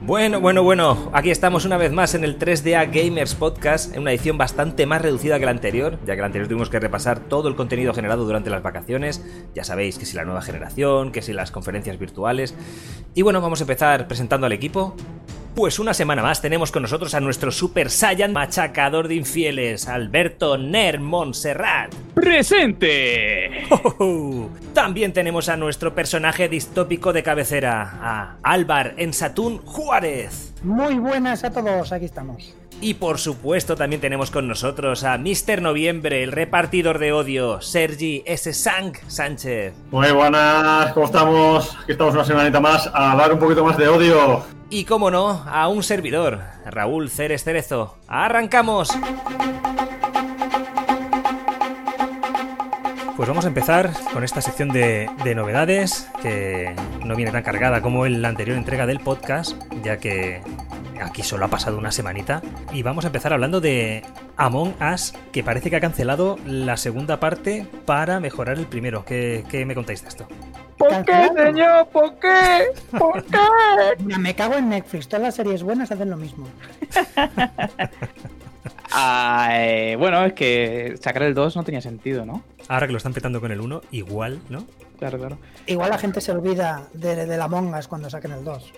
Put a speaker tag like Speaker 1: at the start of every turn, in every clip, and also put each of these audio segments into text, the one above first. Speaker 1: Bueno, bueno, bueno, aquí estamos una vez más en el 3DA Gamers Podcast, en una edición bastante más reducida que la anterior, ya que la anterior tuvimos que repasar todo el contenido generado durante las vacaciones, ya sabéis que si la nueva generación, que si las conferencias virtuales. Y bueno, vamos a empezar presentando al equipo. Pues una semana más tenemos con nosotros a nuestro Super Saiyan machacador de infieles, Alberto Ner Montserrat.
Speaker 2: ¡Presente!
Speaker 1: ¡Oh! También tenemos a nuestro personaje distópico de cabecera, a Álvar Ensatún Juárez.
Speaker 3: Muy buenas a todos, aquí estamos.
Speaker 1: Y por supuesto también tenemos con nosotros a Mr. Noviembre, el repartidor de odio, Sergi S. Sank Sánchez.
Speaker 4: Muy buenas, ¿cómo estamos? Aquí estamos una semanita más a hablar un poquito más de odio.
Speaker 1: Y como no, a un servidor, Raúl Ceres Cerezo. ¡Arrancamos!
Speaker 5: Pues vamos a empezar con esta sección de, de novedades, que no viene tan cargada como en la anterior entrega del podcast, ya que aquí solo ha pasado una semanita. Y vamos a empezar hablando de Among Us, que parece que ha cancelado la segunda parte para mejorar el primero. ¿Qué, qué me contáis de esto?
Speaker 2: ¿Por qué,
Speaker 3: Cancelado.
Speaker 2: señor? ¿Por qué? ¿Por qué?
Speaker 3: Mira, me cago en Netflix, todas las series buenas hacen lo mismo.
Speaker 2: Ah, eh, bueno, es que sacar el 2 no tenía sentido, ¿no?
Speaker 5: Ahora que lo están petando con el 1, igual, ¿no?
Speaker 2: Claro, claro.
Speaker 3: Igual la gente se olvida de, de la Among Us cuando saquen el 2.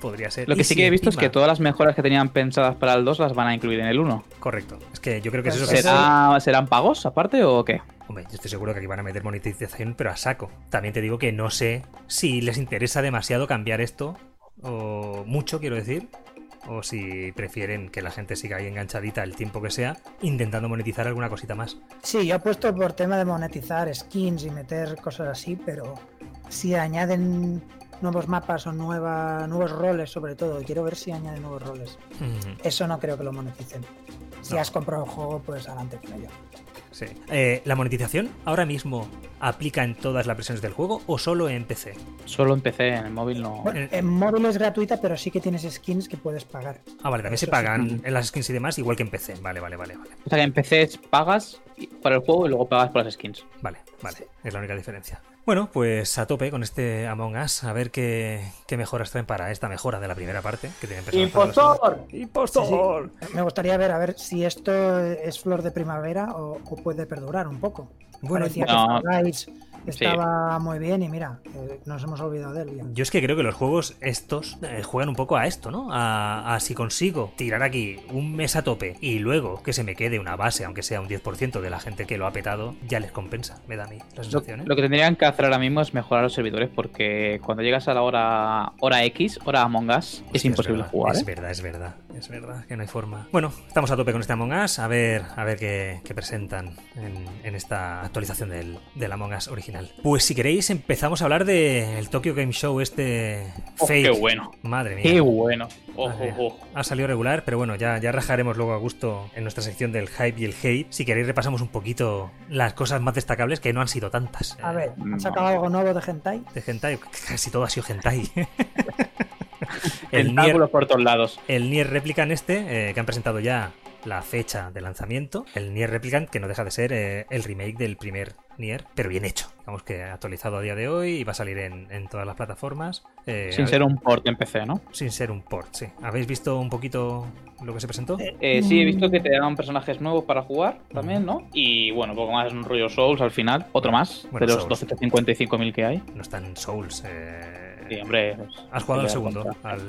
Speaker 5: Podría ser.
Speaker 2: Lo que
Speaker 5: Y
Speaker 2: sí
Speaker 5: si
Speaker 2: que he visto es
Speaker 5: encima-
Speaker 2: que todas las mejoras que tenían pensadas para el 2 las van a incluir en el 1.
Speaker 5: Correcto. Es que yo creo que es
Speaker 3: Pues
Speaker 5: eso que es-
Speaker 2: ¿Será, ¿Serán pagos aparte o qué?
Speaker 5: Hombre, yo estoy seguro que aquí van a meter monetización, pero a saco. También te digo que no sé si les interesa demasiado cambiar esto, o mucho, quiero decir, o si prefieren que la gente siga ahí enganchadita el tiempo que sea, intentando monetizar alguna cosita más.
Speaker 3: Sí, yo apuesto por tema de monetizar skins y meter cosas así, pero si añaden nuevos mapas o nueva, nuevos roles sobre todo, y quiero ver si añaden nuevos roles. Eso no creo que lo moneticen. Si
Speaker 5: No.
Speaker 3: has comprado un juego, pues adelante con ello.
Speaker 5: Sí. Eh, ¿La monetización ahora mismo aplica en todas las versiones del juego o solo en PC?
Speaker 2: Solo empecé en el móvil, no.
Speaker 3: Bueno,
Speaker 5: el-
Speaker 3: en móvil es gratuita, pero sí que tienes skins que puedes pagar.
Speaker 5: Ah, vale, también se
Speaker 3: Eso sí.
Speaker 5: pagan en las skins y demás, igual que en PC. Vale, vale, vale, vale.
Speaker 2: O sea que empecé pagas y- para el juego y luego pagas por las skins.
Speaker 5: Vale, vale. Es la única diferencia. Bueno, pues a tope con este Among Us, a ver qué, qué mejoras traen para esta mejora de la primera parte que tienen pensado hacer la
Speaker 4: ¡Impostor!
Speaker 5: segunda. ¡Impostor!
Speaker 3: Me gustaría ver a ver si esto es flor de primavera o, o puede perdurar un poco.
Speaker 5: Bueno,
Speaker 3: Parecía
Speaker 2: No.
Speaker 3: que Fall Guys estaba muy bien y mira, eh, nos hemos olvidado de él. ya.
Speaker 5: Yo es que creo que los juegos estos eh, juegan un poco a esto, ¿no? A, a si consigo tirar aquí un mes a tope y luego que se me quede una base, aunque sea un 10% de la gente que lo ha petado, ya les compensa, me da a mí la
Speaker 2: Lo,
Speaker 5: sensación, ¿eh?
Speaker 2: lo que tendrían que hacer ahora mismo es mejorar los servidores porque cuando llegas a la hora hora X, hora Among Us, es
Speaker 5: Hostia,
Speaker 2: imposible
Speaker 5: verdad,
Speaker 2: jugar.
Speaker 5: Es
Speaker 2: ¿eh?
Speaker 5: verdad, es verdad. Es verdad que no hay forma. Bueno, estamos a tope con este Among Us. A ver, a ver qué, qué presentan en, en esta actualización del, del Among Us original. Pues si queréis, empezamos a hablar del Tokyo Game Show este
Speaker 2: Oh,
Speaker 5: fake.
Speaker 2: qué bueno.
Speaker 5: Madre mía.
Speaker 2: Qué bueno.
Speaker 5: Madre
Speaker 2: Ojo,
Speaker 5: mía.
Speaker 2: ojo.
Speaker 5: Ha salido regular, pero bueno, ya, ya rajaremos luego a gusto en nuestra sección del hype y el hate. Si queréis repasamos un poquito las cosas más destacables que no han sido tantas. Eh,
Speaker 3: A ver,
Speaker 2: no.
Speaker 5: Mm.
Speaker 3: ¿han sacado algo nuevo de Gentai?
Speaker 5: De hentai, casi todo ha sido hentai. el Nier
Speaker 2: Tentáculos por todos lados.
Speaker 5: el Nier Replicant este, eh, que han presentado ya la fecha de lanzamiento. El Nier Replicant, que no deja de ser eh, el remake del primer Nier, pero bien hecho. Digamos que actualizado a día de hoy y va a salir en, en todas las plataformas. eh,
Speaker 2: Sin
Speaker 5: a-
Speaker 2: ser un port en PC, ¿no?
Speaker 5: sin ser un port, sí. ¿Habéis visto un poquito lo que se presentó?
Speaker 2: Eh, sí, he visto que te daban personajes nuevos para jugar también, ¿no? Mm. Y bueno, poco más, un rollo Souls al final, otro más,
Speaker 5: Bueno,
Speaker 2: de los
Speaker 5: Souls.
Speaker 2: 255.000 que hay.
Speaker 5: No están Souls. eh,
Speaker 2: Sí, hombre. pues,
Speaker 5: ¿Has jugado al
Speaker 2: pelear
Speaker 5: segundo?
Speaker 2: contra-
Speaker 5: Al,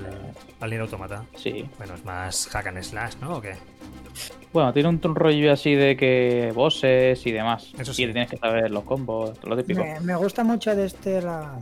Speaker 5: al Nier Automata.
Speaker 2: Sí.
Speaker 5: Bueno, es más hack and slash, ¿no? ¿O qué?
Speaker 2: Bueno, tiene un un rollo así de que bosses y demás.
Speaker 5: Eso
Speaker 2: Y
Speaker 5: sí.
Speaker 2: tienes que saber los combos, lo típico.
Speaker 3: Me, me gusta mucho de este la-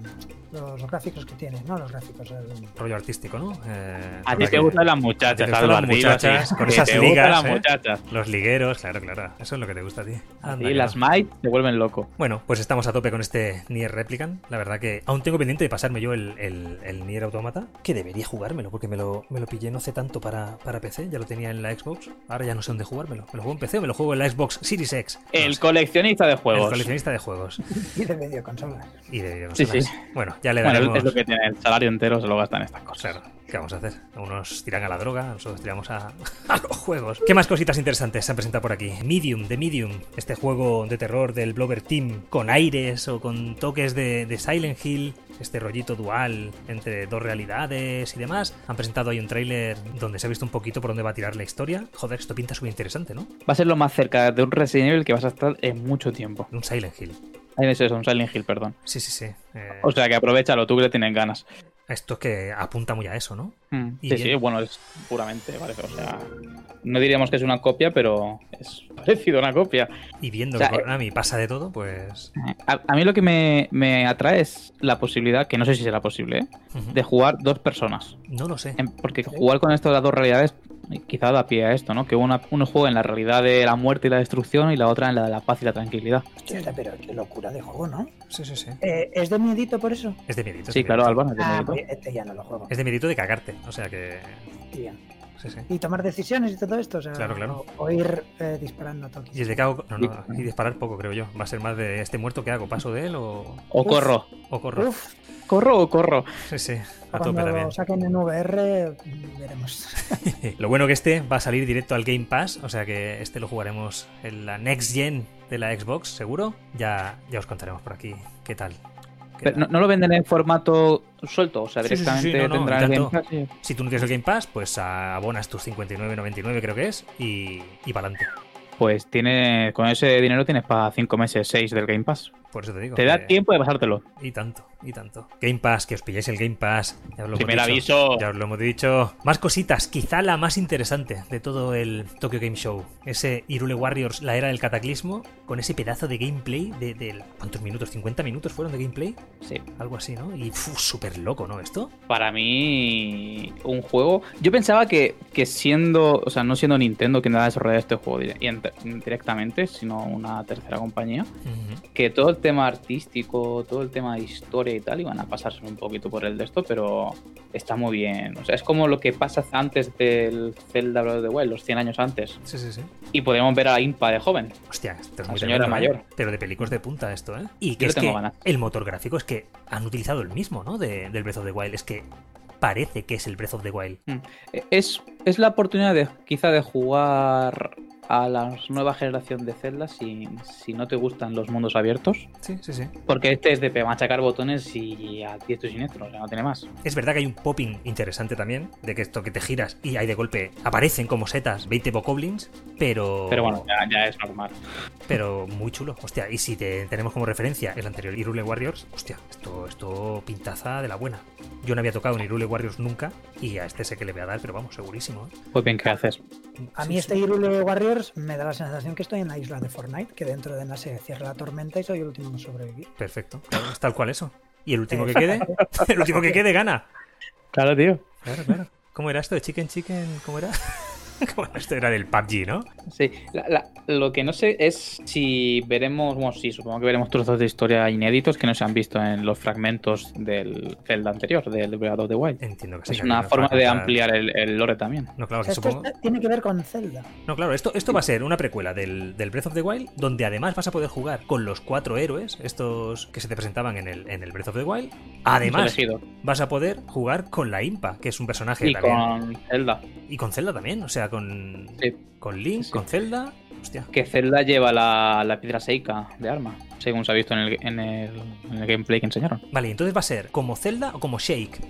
Speaker 3: los gráficos que tiene, ¿no? Los gráficos. el-
Speaker 5: Rollo artístico, ¿no? Eh,
Speaker 2: A ti
Speaker 5: para
Speaker 2: te
Speaker 5: que-
Speaker 2: gustan las
Speaker 5: te
Speaker 2: muchachas,
Speaker 5: gustan las
Speaker 2: Álvaro, dilo
Speaker 5: muchachas,
Speaker 2: así.
Speaker 5: con
Speaker 2: Que
Speaker 5: esas
Speaker 2: te gustan
Speaker 5: ligas,
Speaker 2: las
Speaker 5: ¿eh?
Speaker 2: muchachas.
Speaker 5: Los ligueros, claro, claro. Eso es lo que te gusta a ti. Anda,
Speaker 2: Y
Speaker 5: que
Speaker 2: las
Speaker 5: no.
Speaker 2: Might te vuelven loco.
Speaker 5: Bueno, pues estamos a tope con este Nier Replicant. La verdad que aún tengo pendiente de pasarme yo el, el- el Nier Automata, que debería jugármelo, porque me lo, me lo pillé no hace tanto para, para PC, ya lo tenía en la Xbox. Ahora ya no sé dónde jugármelo. ¿Me lo juego en PC o me lo juego en la Xbox Series X? No
Speaker 2: El
Speaker 5: sé.
Speaker 2: coleccionista de
Speaker 5: El
Speaker 2: juegos.
Speaker 5: coleccionista de juegos
Speaker 3: Y de videoconsolas.
Speaker 5: y de
Speaker 2: Sí,
Speaker 5: consolas.
Speaker 2: sí.
Speaker 5: Bueno, Ya le
Speaker 2: Bueno,
Speaker 5: daremos.
Speaker 2: es lo que tiene el salario entero, se lo gastan en estas cosas.
Speaker 5: Claro, ¿qué vamos a hacer? Unos tiran a la droga, nosotros tiramos a, a los juegos. ¿Qué más cositas interesantes se han presentado por aquí? Medium, de Medium, este juego de terror del Blover Team con aires o con toques de, de Silent Hill, este rollito dual entre dos realidades y demás. Han presentado ahí un tráiler donde se ha visto un poquito por dónde va a tirar la historia. Joder, esto pinta súper interesante, ¿no?
Speaker 2: Va a ser lo más cerca de un Resident Evil que vas a estar en mucho tiempo.
Speaker 5: Un Silent Hill.
Speaker 2: Ay, Eso es un Silent Hill, perdón.
Speaker 5: Sí, sí, sí. Eh,
Speaker 2: O sea que aprovechalo, tú que le tienes ganas.
Speaker 5: esto es que apunta muy a eso, ¿no?
Speaker 2: Mm,
Speaker 5: Y
Speaker 2: Sí,
Speaker 5: bien.
Speaker 2: sí, bueno, es puramente, parece. O sea, no diríamos que es una copia, pero es parecido a una copia.
Speaker 5: Y viendo
Speaker 2: O sea,
Speaker 5: que
Speaker 2: eh-
Speaker 5: Konami pasa de todo, pues...
Speaker 2: A, a mí lo que me, me atrae es la posibilidad, que no sé si será posible, ¿eh?
Speaker 5: ujú.
Speaker 2: de em- jugar dos personas.
Speaker 5: No lo sé.
Speaker 2: En- Porque jugar con esto de las dos realidades quizá da pie a esto, ¿no? Que una, uno juegue en la realidad de la muerte y la destrucción y la otra en la de la paz y la tranquilidad.
Speaker 3: Hostia, pero qué locura de juego, ¿no?
Speaker 5: Sí, sí, sí.
Speaker 3: Eh, ¿Es de miedito por eso?
Speaker 5: Es de miedito. es
Speaker 2: Sí,
Speaker 5: de
Speaker 2: claro,
Speaker 5: miedito.
Speaker 2: Álvaro.
Speaker 3: Ah, pues este ya no lo juego.
Speaker 5: Es de miedito de cagarte. O sea que.
Speaker 3: tío.
Speaker 5: Sí, sí.
Speaker 3: Y tomar decisiones y todo esto, o sea,
Speaker 5: Claro, claro.
Speaker 3: O, o ir eh, disparando a toques.
Speaker 5: Y el de cago. No, no. Y disparar poco, creo yo. Va a ser más de este muerto que hago. ¿Paso de él o,
Speaker 2: O
Speaker 3: Uf.
Speaker 2: corro.
Speaker 5: o corro?
Speaker 3: Uf,
Speaker 2: ¿Corro o corro?
Speaker 5: Sí, sí. A tope
Speaker 3: cuando
Speaker 5: también.
Speaker 3: lo saquen en VR veremos.
Speaker 5: Lo bueno que este va a salir directo al Game Pass. O sea que este lo jugaremos en la next gen de la Xbox, seguro. Ya, ya os contaremos por aquí qué tal. ¿Qué
Speaker 2: Pero
Speaker 5: tal?
Speaker 2: no, no lo venden en formato suelto, o sea,
Speaker 5: Sí, sí, sí, sí, no,
Speaker 2: directamente
Speaker 5: no,
Speaker 2: tendrán
Speaker 5: y
Speaker 2: el
Speaker 5: tanto.
Speaker 2: Game Pass.
Speaker 5: Si tú no tienes el Game Pass, pues abonas tus 59.99, creo que es. Y, y para adelante.
Speaker 2: Pues tiene, con ese dinero tienes para 5 meses, 6 del Game Pass.
Speaker 5: Por eso te digo.
Speaker 2: Te da
Speaker 5: que-
Speaker 2: tiempo de pasártelo.
Speaker 5: Y tanto, y tanto. Game Pass, que os pilléis el Game Pass. Ya os lo hemos
Speaker 2: Primer
Speaker 5: dicho.
Speaker 2: aviso.
Speaker 5: Ya os lo hemos dicho. Más cositas, quizá la más interesante de todo el Tokyo Game Show. Ese Irule Warriors, la era del cataclismo, con ese pedazo de gameplay de, del- ¿Cuántos minutos? ¿50 minutos fueron de gameplay?
Speaker 2: Sí.
Speaker 5: Algo así, ¿no? Y fu, súper loco, ¿no? Esto.
Speaker 2: Para mí, un juego. Yo pensaba que, que siendo, o sea, no siendo Nintendo quien ha desarrollado este juego dire- y en- directamente, sino una tercera compañía, que todo el tema artístico, todo el tema de historia y tal, iban a pasarse un poquito por el de esto, pero está muy bien. O sea, es como lo que pasa antes del Zelda Breath of the Wild, los 100 años antes.
Speaker 5: Sí, sí, sí.
Speaker 2: Y podemos ver a la Impa de joven.
Speaker 5: Hostia, esto es
Speaker 2: La
Speaker 5: muy
Speaker 2: señora
Speaker 5: tremendo, ¿eh?
Speaker 2: mayor.
Speaker 5: Pero de películas de punta esto, ¿eh? Y que
Speaker 2: le
Speaker 5: es
Speaker 2: tengo
Speaker 5: que
Speaker 2: ganas.
Speaker 5: el motor gráfico es que han utilizado el mismo, ¿no? De- del Breath of the Wild. Es que parece que es el Breath of the Wild.
Speaker 2: Es, es la oportunidad de, quizá de jugar a la nueva generación de Zelda si, si no te gustan los mundos abiertos.
Speaker 5: Sí, sí, sí.
Speaker 2: Porque este es de pe- machacar botones y a diestro y siniestro, o sea, no tiene más.
Speaker 5: Es verdad que hay un popping interesante también, de que esto que te giras y hay de golpe aparecen como setas 20 bokoblins, pero,
Speaker 2: Pero bueno, ya, ya es normal.
Speaker 5: pero muy chulo. Hostia, y si te, tenemos como referencia el anterior Irule Warriors, hostia, esto, esto pintaza de la buena. Yo no había tocado en Irule Warriors nunca y a este sé que le voy a dar, pero vamos, segurísimo. ¿eh?
Speaker 2: Pues bien, ¿qué haces?
Speaker 3: A
Speaker 5: Sí,
Speaker 3: mí
Speaker 5: sí.
Speaker 3: este Irule Warriors me da la sensación que estoy en la isla de Fortnite, que dentro de nada se cierra la tormenta y soy el último en sobrevivir.
Speaker 5: Perfecto, claro, es tal cual eso. Y el último que quede, el último que quede gana.
Speaker 2: Claro, tío.
Speaker 5: Claro, claro. ¿Cómo era esto de Chicken Chicken? ¿Cómo era? ¿Cómo era? Esto era del PUBG, ¿no?
Speaker 2: Sí, la- la- lo que no sé es si veremos, bueno, sí, supongo que veremos trozos de historia inéditos que no se han visto en los fragmentos del Zelda anterior, del Breath of the Wild.
Speaker 5: Entiendo que sí.
Speaker 2: Es
Speaker 5: que
Speaker 2: una
Speaker 5: nos va a
Speaker 2: forma de
Speaker 5: contar-
Speaker 2: ampliar el, el lore también.
Speaker 5: No, claro,
Speaker 3: O
Speaker 5: que
Speaker 3: sea, esto
Speaker 5: supongo.
Speaker 3: está- tiene que ver con Zelda.
Speaker 5: No, claro, esto, esto va a ser una precuela del, del Breath of the Wild, donde además vas a poder jugar con los cuatro héroes, estos que se te presentaban en el, en el Breath of the Wild. Además,
Speaker 2: Elegido.
Speaker 5: vas a poder jugar con la Impa, que es un personaje
Speaker 2: y
Speaker 5: también.
Speaker 2: con Zelda.
Speaker 5: Y con Zelda también, o sea, con,
Speaker 2: Sí.
Speaker 5: con Link,
Speaker 2: Sí.
Speaker 5: con Zelda. Hostia,
Speaker 2: Que Zelda lleva la, la piedra seica de arma, según se ha visto en el, en el- en el gameplay que enseñaron.
Speaker 5: Vale, y entonces va a ser como Zelda o como Shake.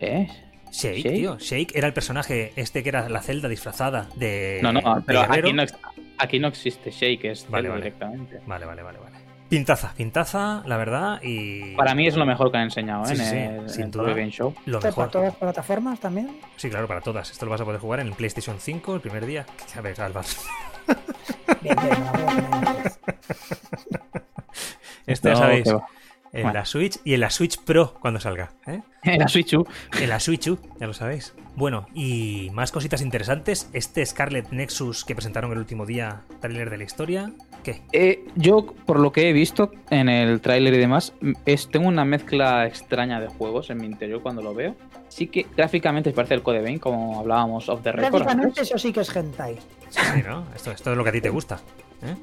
Speaker 2: ¿Eh?
Speaker 5: Shake,
Speaker 2: ¿Shake?
Speaker 5: tío. Shake era el personaje este que era la Zelda disfrazada de.
Speaker 2: No, no,
Speaker 5: de
Speaker 2: pero
Speaker 5: Eh, guerrero.
Speaker 2: aquí no, ex- aquí no existe Shake, es
Speaker 5: Vale,
Speaker 2: Zelda
Speaker 5: vale.
Speaker 2: directamente.
Speaker 5: Vale, vale, vale, vale. Pintaza, pintaza, la verdad, y.
Speaker 2: Para mí es lo mejor que han enseñado
Speaker 5: Sí,
Speaker 2: ¿eh?
Speaker 5: sí, sí,
Speaker 2: en el,
Speaker 5: sin
Speaker 2: en el
Speaker 5: duda.
Speaker 2: propio Game Show.
Speaker 5: lo
Speaker 3: Esto
Speaker 5: mejor.
Speaker 3: para todas las plataformas también.
Speaker 5: Sí, claro, para todas. Esto lo vas a poder jugar en el PlayStation 5 el primer día. A ver, Álvaro.
Speaker 3: Bien, bien, me la voy a poner en la cabeza.
Speaker 5: Esto ya
Speaker 2: No,
Speaker 5: sabéis.
Speaker 2: que va.
Speaker 5: En
Speaker 2: Bueno.
Speaker 5: la Switch y en la Switch Pro cuando salga. ¿eh?
Speaker 2: La Switch U.
Speaker 5: En la Switch U, ya lo sabéis. Bueno, y más cositas interesantes. Este Scarlet Nexus que presentaron el último día, trailer de la historia. ¿Qué?
Speaker 2: Eh, yo, por lo que he visto en el tráiler y demás, m- es, tengo una mezcla extraña de juegos en mi interior cuando lo veo. Sí que gráficamente parece el Code Vein, como hablábamos off the record.
Speaker 3: Gráficamente eso sí que es hentai.
Speaker 5: Sí, sí, ¿no? Esto, esto es lo que a ti te gusta. ¿eh?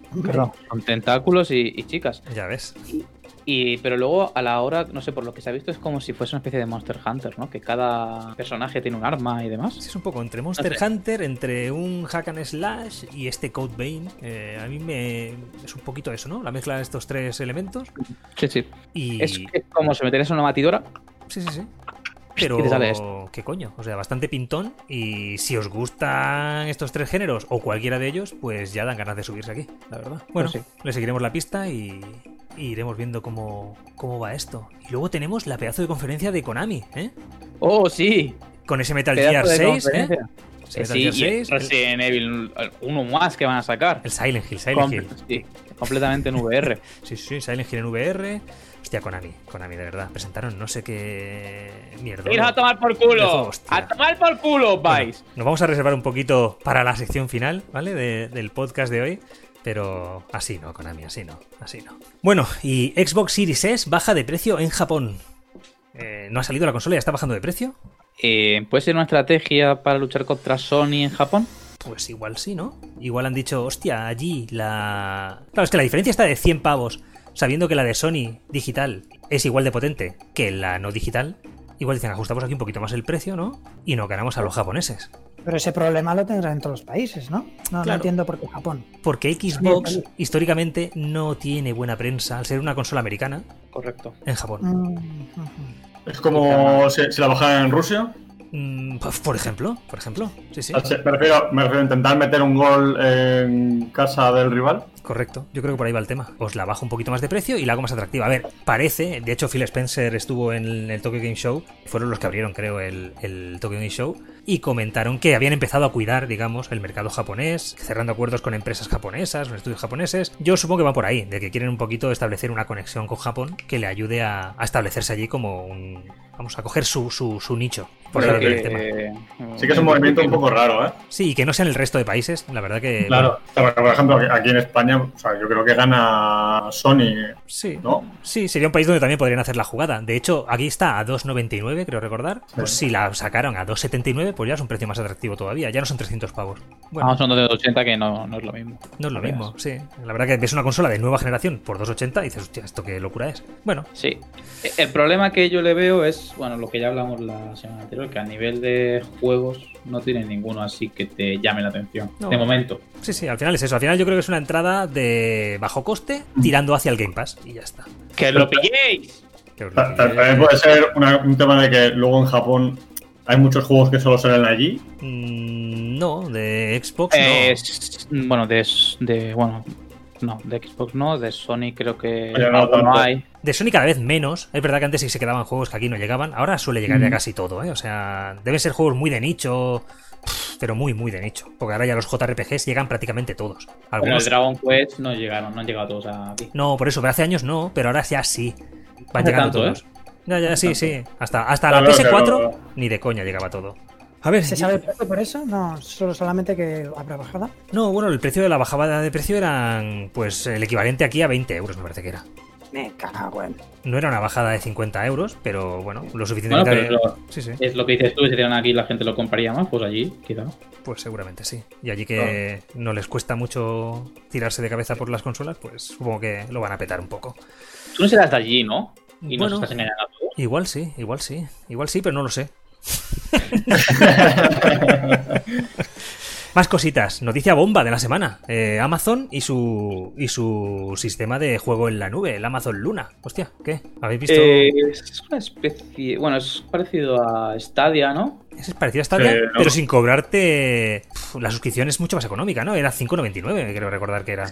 Speaker 2: Con tentáculos y, y chicas.
Speaker 5: Ya ves.
Speaker 2: Y, pero luego a la hora, no sé, por lo que se ha visto es como si fuese una especie de Monster Hunter, ¿no? Que cada personaje tiene un arma y demás.
Speaker 5: Es un poco entre Monster
Speaker 2: No sé.
Speaker 5: Hunter, entre un hack and slash y este Code Vein. Eh, a mí me. Es un poquito eso, ¿no? La mezcla de estos tres elementos.
Speaker 2: Sí, sí.
Speaker 5: Y.
Speaker 2: Es, es como si metes en una batidora.
Speaker 5: Sí, sí, sí. Pero,
Speaker 2: Y te sale esto.
Speaker 5: ¿qué coño? O sea, bastante pintón. Y si os gustan estos tres géneros o cualquiera de ellos, pues ya dan ganas de subirse aquí, la verdad. Bueno,
Speaker 2: Pues sí.
Speaker 5: le seguiremos la pista y, y iremos viendo cómo, cómo va esto. Y luego tenemos la pedazo de conferencia de Konami, ¿eh?
Speaker 2: ¡Oh, sí!
Speaker 5: Con ese Metal
Speaker 2: Pedazo
Speaker 5: Gear
Speaker 2: de
Speaker 5: 6, ¿eh?
Speaker 2: conferencia.
Speaker 5: Ese
Speaker 2: Eh,
Speaker 5: Metal
Speaker 2: sí,
Speaker 5: Gear
Speaker 2: y
Speaker 5: 6, el,
Speaker 2: Resident Evil, eh, uno más que van a sacar.
Speaker 5: el Silent Hill, Silent Hill.
Speaker 2: Com- sí, completamente en VR.
Speaker 5: Sí, sí, Silent Hill en VR. Hostia, Konami, Konami, de verdad. Presentaron no sé qué mierda.
Speaker 2: ¡Ir a tomar por
Speaker 5: Eso,
Speaker 2: culo!
Speaker 5: hostia.
Speaker 2: ¡A tomar por culo, vais!
Speaker 5: Bueno, nos vamos a reservar un poquito para la sección final, ¿vale? De- del podcast de hoy. Pero así no, Konami, así no, así no. Bueno, y Xbox Series S baja de precio en Japón. Eh, no ha salido la consola, ya está bajando de precio.
Speaker 2: Eh, ¿Puede ser una estrategia para luchar contra Sony en Japón?
Speaker 5: Pues igual sí, ¿no? Igual han dicho, hostia, allí la... Claro, es que la diferencia está de 100 pavos, sabiendo que la de Sony digital es igual de potente que la no digital. Igual dicen, ajustamos aquí un poquito más el precio, ¿no? Y no ganamos a los japoneses.
Speaker 3: Pero ese problema lo tendrán en todos los países, ¿no? No, no
Speaker 5: Claro.
Speaker 3: entiendo por qué Japón.
Speaker 5: Porque Xbox
Speaker 3: Bien, bien.
Speaker 5: históricamente no tiene buena prensa al ser una consola americana
Speaker 2: Correcto.
Speaker 5: en Japón.
Speaker 3: Mm, ujú.
Speaker 4: Es como si, si la bajaran en Rusia.
Speaker 5: Mm, pues, por ejemplo, por ejemplo. Sí, sí.
Speaker 4: O sea, Me refiero, me refiero a intentar meter un gol en casa del rival.
Speaker 5: Correcto. Yo creo que por ahí va el tema. Os la bajo un poquito más de precio y la hago más atractiva. A ver, parece. De hecho, Phil Spencer estuvo en el Tokyo Game Show. Fueron los que abrieron, creo, el, el Tokyo Game Show. Y comentaron que habían empezado a cuidar, digamos, el mercado japonés, cerrando acuerdos con empresas japonesas, con estudios japoneses. Yo supongo que va por ahí, de que quieren un poquito establecer una conexión con Japón que le ayude a, a establecerse allí como un. Vamos a coger su, su, su nicho. Por
Speaker 2: O
Speaker 5: ahí
Speaker 2: sea
Speaker 5: va el
Speaker 2: que,
Speaker 5: tema.
Speaker 2: eh,
Speaker 4: Sí que es un movimiento un poco raro, ¿eh?
Speaker 5: Sí, y que no sean el resto de países. La verdad que.
Speaker 4: Claro. O sea, porque, por ejemplo, aquí en España, o sea, yo creo que gana Sony,
Speaker 5: Sí.
Speaker 4: ¿no?
Speaker 5: Sí, sería un país donde también podrían hacer la jugada. De hecho, aquí está a 2,99, creo recordar. Pues si la sacaron a 2,79, pues ya es un precio más atractivo todavía. Ya no son 300 pavos. Bueno,
Speaker 2: Vamos a un 280 que no, no es lo mismo.
Speaker 5: no es lo
Speaker 2: veas.
Speaker 5: mismo, sí. La verdad que ves una consola de nueva generación por 2,80 y dices, hostia, esto qué locura es. Bueno,
Speaker 2: Sí. Eh, El problema que yo le veo es, bueno, lo que ya hablamos la semana anterior, que a nivel de juegos no tiene ninguno así que te llame la atención.
Speaker 5: No.
Speaker 2: De momento.
Speaker 5: sí, sí, al final es eso. Al final yo creo que es una entrada de bajo coste
Speaker 4: Mm.
Speaker 5: tirando hacia el Game Pass y ya está.
Speaker 2: ¡Que lo pilléis!
Speaker 5: Que os lo
Speaker 4: Ta- ta- También
Speaker 5: pilléis.
Speaker 4: puede ser una- un tema de que luego en Japón hay muchos juegos que solo salen allí.
Speaker 5: Mm, No, de Xbox no.
Speaker 2: Eh, Es- bueno, de, de. Bueno, no, de Xbox no, de Sony creo que
Speaker 4: Pero no
Speaker 2: algo no
Speaker 4: tanto.
Speaker 2: hay.
Speaker 5: De Sony cada vez menos. Es verdad que antes sí se quedaban juegos que aquí no llegaban. Ahora suele llegar ya
Speaker 2: Mm.
Speaker 5: casi todo, ¿eh? O sea, deben ser juegos muy de nicho. pff, Pero muy, muy de nicho. Porque ahora ya los JRPGs llegan prácticamente todos.
Speaker 2: Bueno, el
Speaker 5: Algunos.
Speaker 2: Dragon Quest no llegaron, no han llegado todos aquí.
Speaker 5: No, por eso, pero hace años no, pero ahora ya sí. Van
Speaker 2: Hace
Speaker 5: llegando
Speaker 2: tanto, ¿eh?
Speaker 5: todos. Ya, ya, sí,
Speaker 2: tanto.
Speaker 5: sí. Hasta, hasta
Speaker 4: Claro,
Speaker 5: la PS4
Speaker 4: claro.
Speaker 5: ni de coña llegaba todo. A ver,
Speaker 3: ¿Se sabe el precio por eso? No, solo solamente que habrá bajada.
Speaker 5: no, bueno, el precio de la bajada de precio eran, pues, el equivalente aquí a 20 euros, me parece que era.
Speaker 3: Me cago en.
Speaker 5: No era una bajada de 50 euros, pero bueno, lo
Speaker 2: Bueno,
Speaker 5: suficientemente.
Speaker 2: pero es lo,
Speaker 5: Sí, sí.
Speaker 2: es lo que dices tú, si tienen aquí la gente lo compraría más, pues allí, quizá no.
Speaker 5: Pues seguramente sí. Y allí que no les cuesta mucho tirarse de cabeza por las consolas, pues supongo que lo van a petar un poco.
Speaker 2: Tú no serás de allí, ¿no? Y nos
Speaker 5: Bueno.
Speaker 2: estás engañando a todos.
Speaker 5: Igual sí, igual sí, igual sí, pero no lo sé. Más cositas. Noticia bomba de la semana. Eh, Amazon y su y su sistema de juego en la nube, el Amazon Luna. Hostia, ¿qué? ¿Habéis visto?
Speaker 2: Eh, es una especie. Bueno, es parecido a Stadia, ¿no?
Speaker 5: Es parecido a Stadia,
Speaker 4: eh, no.
Speaker 5: pero sin cobrarte... Pf, La suscripción es mucho más económica, ¿no? Era 5,99, creo recordar que era.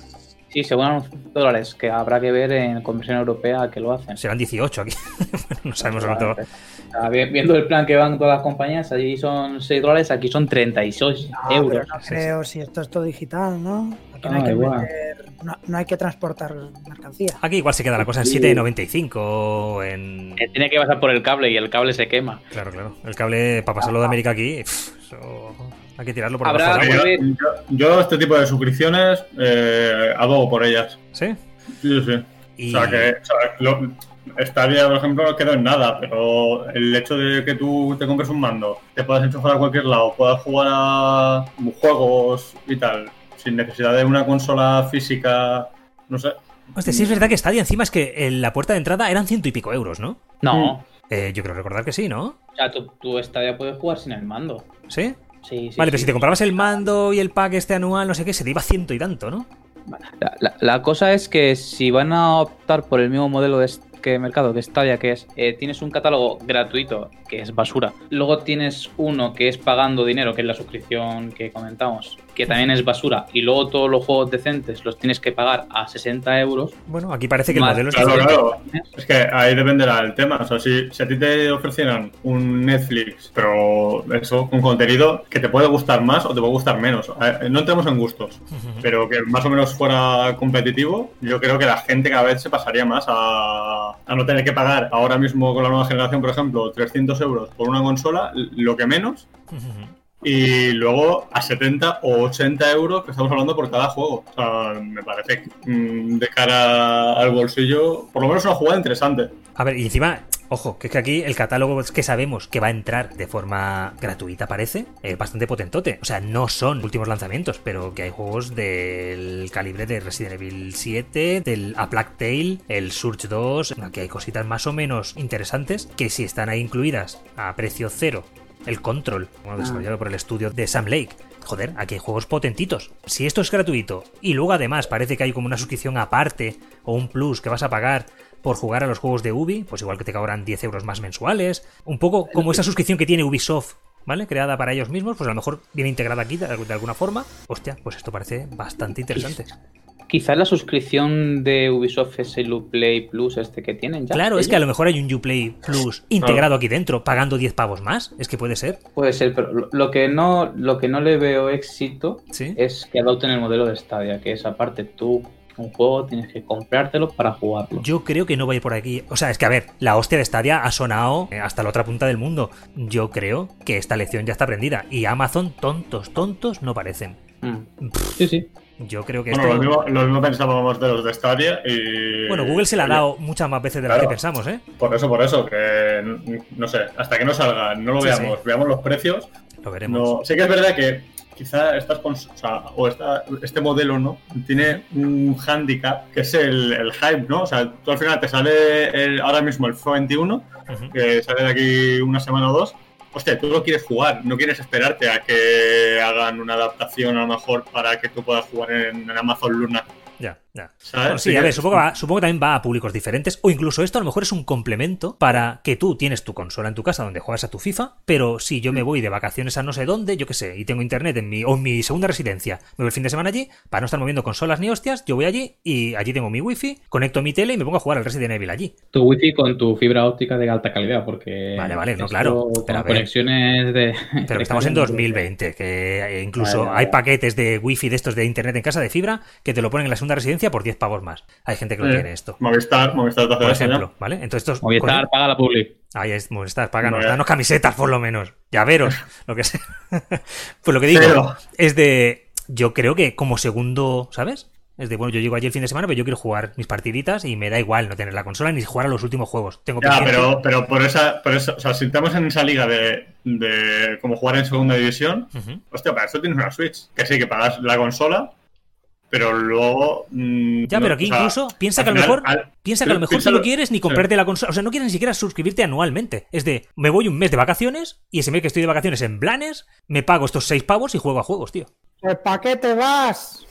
Speaker 2: Sí, según los dólares, que habrá que ver en conversión europea que lo hacen.
Speaker 5: Serán 18 aquí. Bueno, no sabemos cuánto va.
Speaker 2: O sea, vi- Viendo el plan que van todas las compañías, allí son 6 dólares, aquí son 36
Speaker 5: Ah,
Speaker 3: No, Ah, pero
Speaker 2: euros.
Speaker 3: no
Speaker 5: Sí,
Speaker 3: creo si esto es todo digital, ¿no? Aquí no,
Speaker 2: Ah,
Speaker 3: hay que
Speaker 2: igual.
Speaker 3: meter- no- no hay que transportar mercancía.
Speaker 5: Aquí igual se queda la cosa en
Speaker 2: Sí.
Speaker 5: 7,95 o en...
Speaker 2: Eh, Tiene que pasar por el cable y el cable se quema.
Speaker 5: Claro, claro. El cable, para pasarlo de América aquí, pf, eso hay que tirarlo por
Speaker 2: Habrá-
Speaker 5: abajo del
Speaker 4: Yo,
Speaker 5: agua.
Speaker 2: ver.
Speaker 4: yo- yo este tipo de suscripciones eh, abogo por ellas.
Speaker 5: ¿Sí?
Speaker 4: Sí, sí, sí.
Speaker 5: Y...
Speaker 4: O sea, que o sea, lo- Stadia, por ejemplo, quedó en nada, pero el hecho de que tú te compres un mando, te puedas enchufar a cualquier lado, puedas jugar a juegos y tal, sin necesidad de una consola física, no sé,
Speaker 5: Hostia, sí es verdad que Stadia encima es que en la puerta de entrada eran ciento y pico euros, ¿no?
Speaker 2: No.
Speaker 5: Eh, yo creo recordar que sí, ¿no?
Speaker 2: O sea, tú, tú Stadia puedes jugar sin el mando.
Speaker 5: ¿Sí?
Speaker 2: Sí, sí.
Speaker 5: vale, pero
Speaker 2: sí.
Speaker 5: si te comprabas el mando y el pack este anual, no sé qué, se te iba ciento y tanto, ¿no?
Speaker 2: La, la- la cosa es que si van a optar por el mismo modelo de, est- que mercado que Stadia, que es eh, tienes un catálogo gratuito, que es basura, luego tienes uno que es pagando dinero, que es la suscripción que comentamos, que también es basura, y luego todos los juegos decentes los tienes que pagar a 60 euros.
Speaker 5: Bueno, aquí parece que el
Speaker 2: Vale,
Speaker 5: modelo es
Speaker 4: Claro,
Speaker 5: diferente.
Speaker 4: claro. Pues Es que ahí dependerá el tema. O sea, si, si a ti te ofrecieran un Netflix, pero eso, un contenido que te puede gustar más o te puede gustar menos. Eh, No entremos en gustos,
Speaker 5: Ujú.
Speaker 4: pero que más o menos fuera competitivo, yo creo que la gente cada vez se pasaría más a, a no tener que pagar ahora mismo con la nueva generación, por ejemplo, 300 euros por una consola, lo que menos,
Speaker 5: Ujú.
Speaker 4: y luego a 70 o 80 euros que estamos hablando por cada juego. O sea, me parece que, mm, de cara al bolsillo, por lo menos una jugada interesante.
Speaker 5: A ver, y encima, ojo, que es que aquí el catálogo es que sabemos que va a entrar de forma gratuita, parece, eh, bastante potentote. O sea, no son últimos lanzamientos, pero que hay juegos del calibre de Resident Evil 7, del A Plague Tale, el Surge 2, aquí hay cositas más o menos interesantes que si están ahí incluidas a precio cero. El Control, bueno, desarrollado por el estudio de Sam Lake. Joder, aquí hay juegos potentitos. Si esto es gratuito y luego además parece que hay como una suscripción aparte o un plus que vas a pagar por jugar a los juegos de Ubi, pues igual que te cobran 10 euros más mensuales, un poco como esa suscripción que tiene Ubisoft, ¿vale? Creada para ellos mismos, pues a lo mejor viene integrada aquí de, de alguna forma. Hostia, pues esto parece bastante interesante.
Speaker 2: Quizás la suscripción de Ubisoft es el Uplay Plus este que tienen ya.
Speaker 5: Claro, es que a lo
Speaker 2: ellos.
Speaker 5: mejor hay un Uplay Plus integrado aquí dentro, pagando 10 pavos más, es que puede ser.
Speaker 2: Puede ser, pero lo, lo que no, lo que no le veo éxito
Speaker 5: Sí.
Speaker 2: es que adopten el modelo de Stadia, que es aparte tú un juego tienes que comprártelo para jugarlo.
Speaker 5: Yo creo que no va a ir por aquí. O sea, es que a ver, la hostia de Stadia ha sonado eh, hasta la otra punta del mundo. Yo creo que esta lección ya está aprendida. Y Amazon, tontos, tontos, no parecen.
Speaker 2: Mm. Sí, sí.
Speaker 5: Yo creo que
Speaker 4: Bueno,
Speaker 5: esto-
Speaker 4: lo mismo, lo mismo pensábamos de los de Stadia y...
Speaker 5: Bueno, Google se la ha
Speaker 4: Oye,
Speaker 5: dado muchas más veces de las
Speaker 4: Claro.
Speaker 5: que pensamos, ¿eh?
Speaker 4: Por eso, por eso, que n- no sé, hasta que no salga, no lo
Speaker 5: Sí,
Speaker 4: veamos, veamos los precios.
Speaker 5: Lo veremos.
Speaker 4: No, sí que es verdad que quizá estas cons- o, sea, o esta- este modelo no tiene un hándicap que es el, el hype, ¿no? O sea, tú al final te sale el- ahora mismo el f 21
Speaker 5: Ujú.
Speaker 4: que sale de aquí una semana o dos, hostia, tú lo quieres jugar, no quieres esperarte a que hagan una adaptación a lo mejor para que tú puedas jugar en, en Amazon Luna.
Speaker 5: Ya, ya.
Speaker 4: ¿sabes?
Speaker 5: Bueno, sí, a ver, supongo, que va- supongo que también va a públicos diferentes. O incluso esto a lo mejor es un complemento para que tú tienes tu consola en tu casa donde juegas a tu FIFA, pero si yo me voy de vacaciones a no sé dónde, yo qué sé, y tengo internet en mi, o en mi segunda residencia, me voy el fin de semana allí, para no estar moviendo consolas ni hostias, yo voy allí y allí tengo mi wifi, conecto mi tele y me pongo a jugar al Resident Evil allí.
Speaker 2: Tu wifi con tu fibra óptica de alta calidad, porque.
Speaker 5: Vale, vale, no,
Speaker 2: esto
Speaker 5: claro,
Speaker 2: Con
Speaker 5: pero a ver.
Speaker 2: conexiones de.
Speaker 5: Pero que estamos en 2020, que eh, incluso
Speaker 2: Vale, vale.
Speaker 5: hay paquetes de wifi de estos de internet en casa de fibra que te lo ponen en la segunda residencia por 10 pavos más. Hay gente que lo
Speaker 4: Eh,
Speaker 5: tiene esto.
Speaker 4: Movistar, Movistar te hace
Speaker 5: Por
Speaker 4: eso, ¿no?
Speaker 5: ejemplo, ¿vale? Entonces estos
Speaker 2: Movistar, paga la public.
Speaker 5: Ahí es Movistar, páganos,
Speaker 4: Vale.
Speaker 5: danos camisetas por lo menos, llaveros, lo que sea. pues lo que digo
Speaker 4: Pero-
Speaker 5: es de, yo creo que como segundo, ¿sabes? Es de, bueno, yo llego allí el fin de semana, pero yo quiero jugar mis partiditas y me da igual no tener la consola ni jugar a los últimos juegos. Tengo
Speaker 4: Ya,
Speaker 5: pendiente-
Speaker 4: pero, pero por esa, por esa, o sea, si estamos en esa liga de, de como jugar en segunda división,
Speaker 5: Ujú.
Speaker 4: hostia, para esto tienes una Switch, que sí, que pagas la consola, pero luego... mm,
Speaker 5: Ya,
Speaker 4: no,
Speaker 5: pero aquí
Speaker 4: o sea,
Speaker 5: incluso piensa
Speaker 4: al
Speaker 5: que a lo
Speaker 4: final,
Speaker 5: mejor
Speaker 4: al-
Speaker 5: piensa que a lo
Speaker 4: pi-
Speaker 5: mejor tú
Speaker 4: piénsalo-
Speaker 5: no quieres ni comprarte la consola, o sea, no quieres ni siquiera suscribirte anualmente. Es de, me voy un mes de vacaciones y ese mes que estoy de vacaciones en Blanes, me pago estos seis pavos y juego a juegos, tío.
Speaker 3: Pues ¿para qué te vas?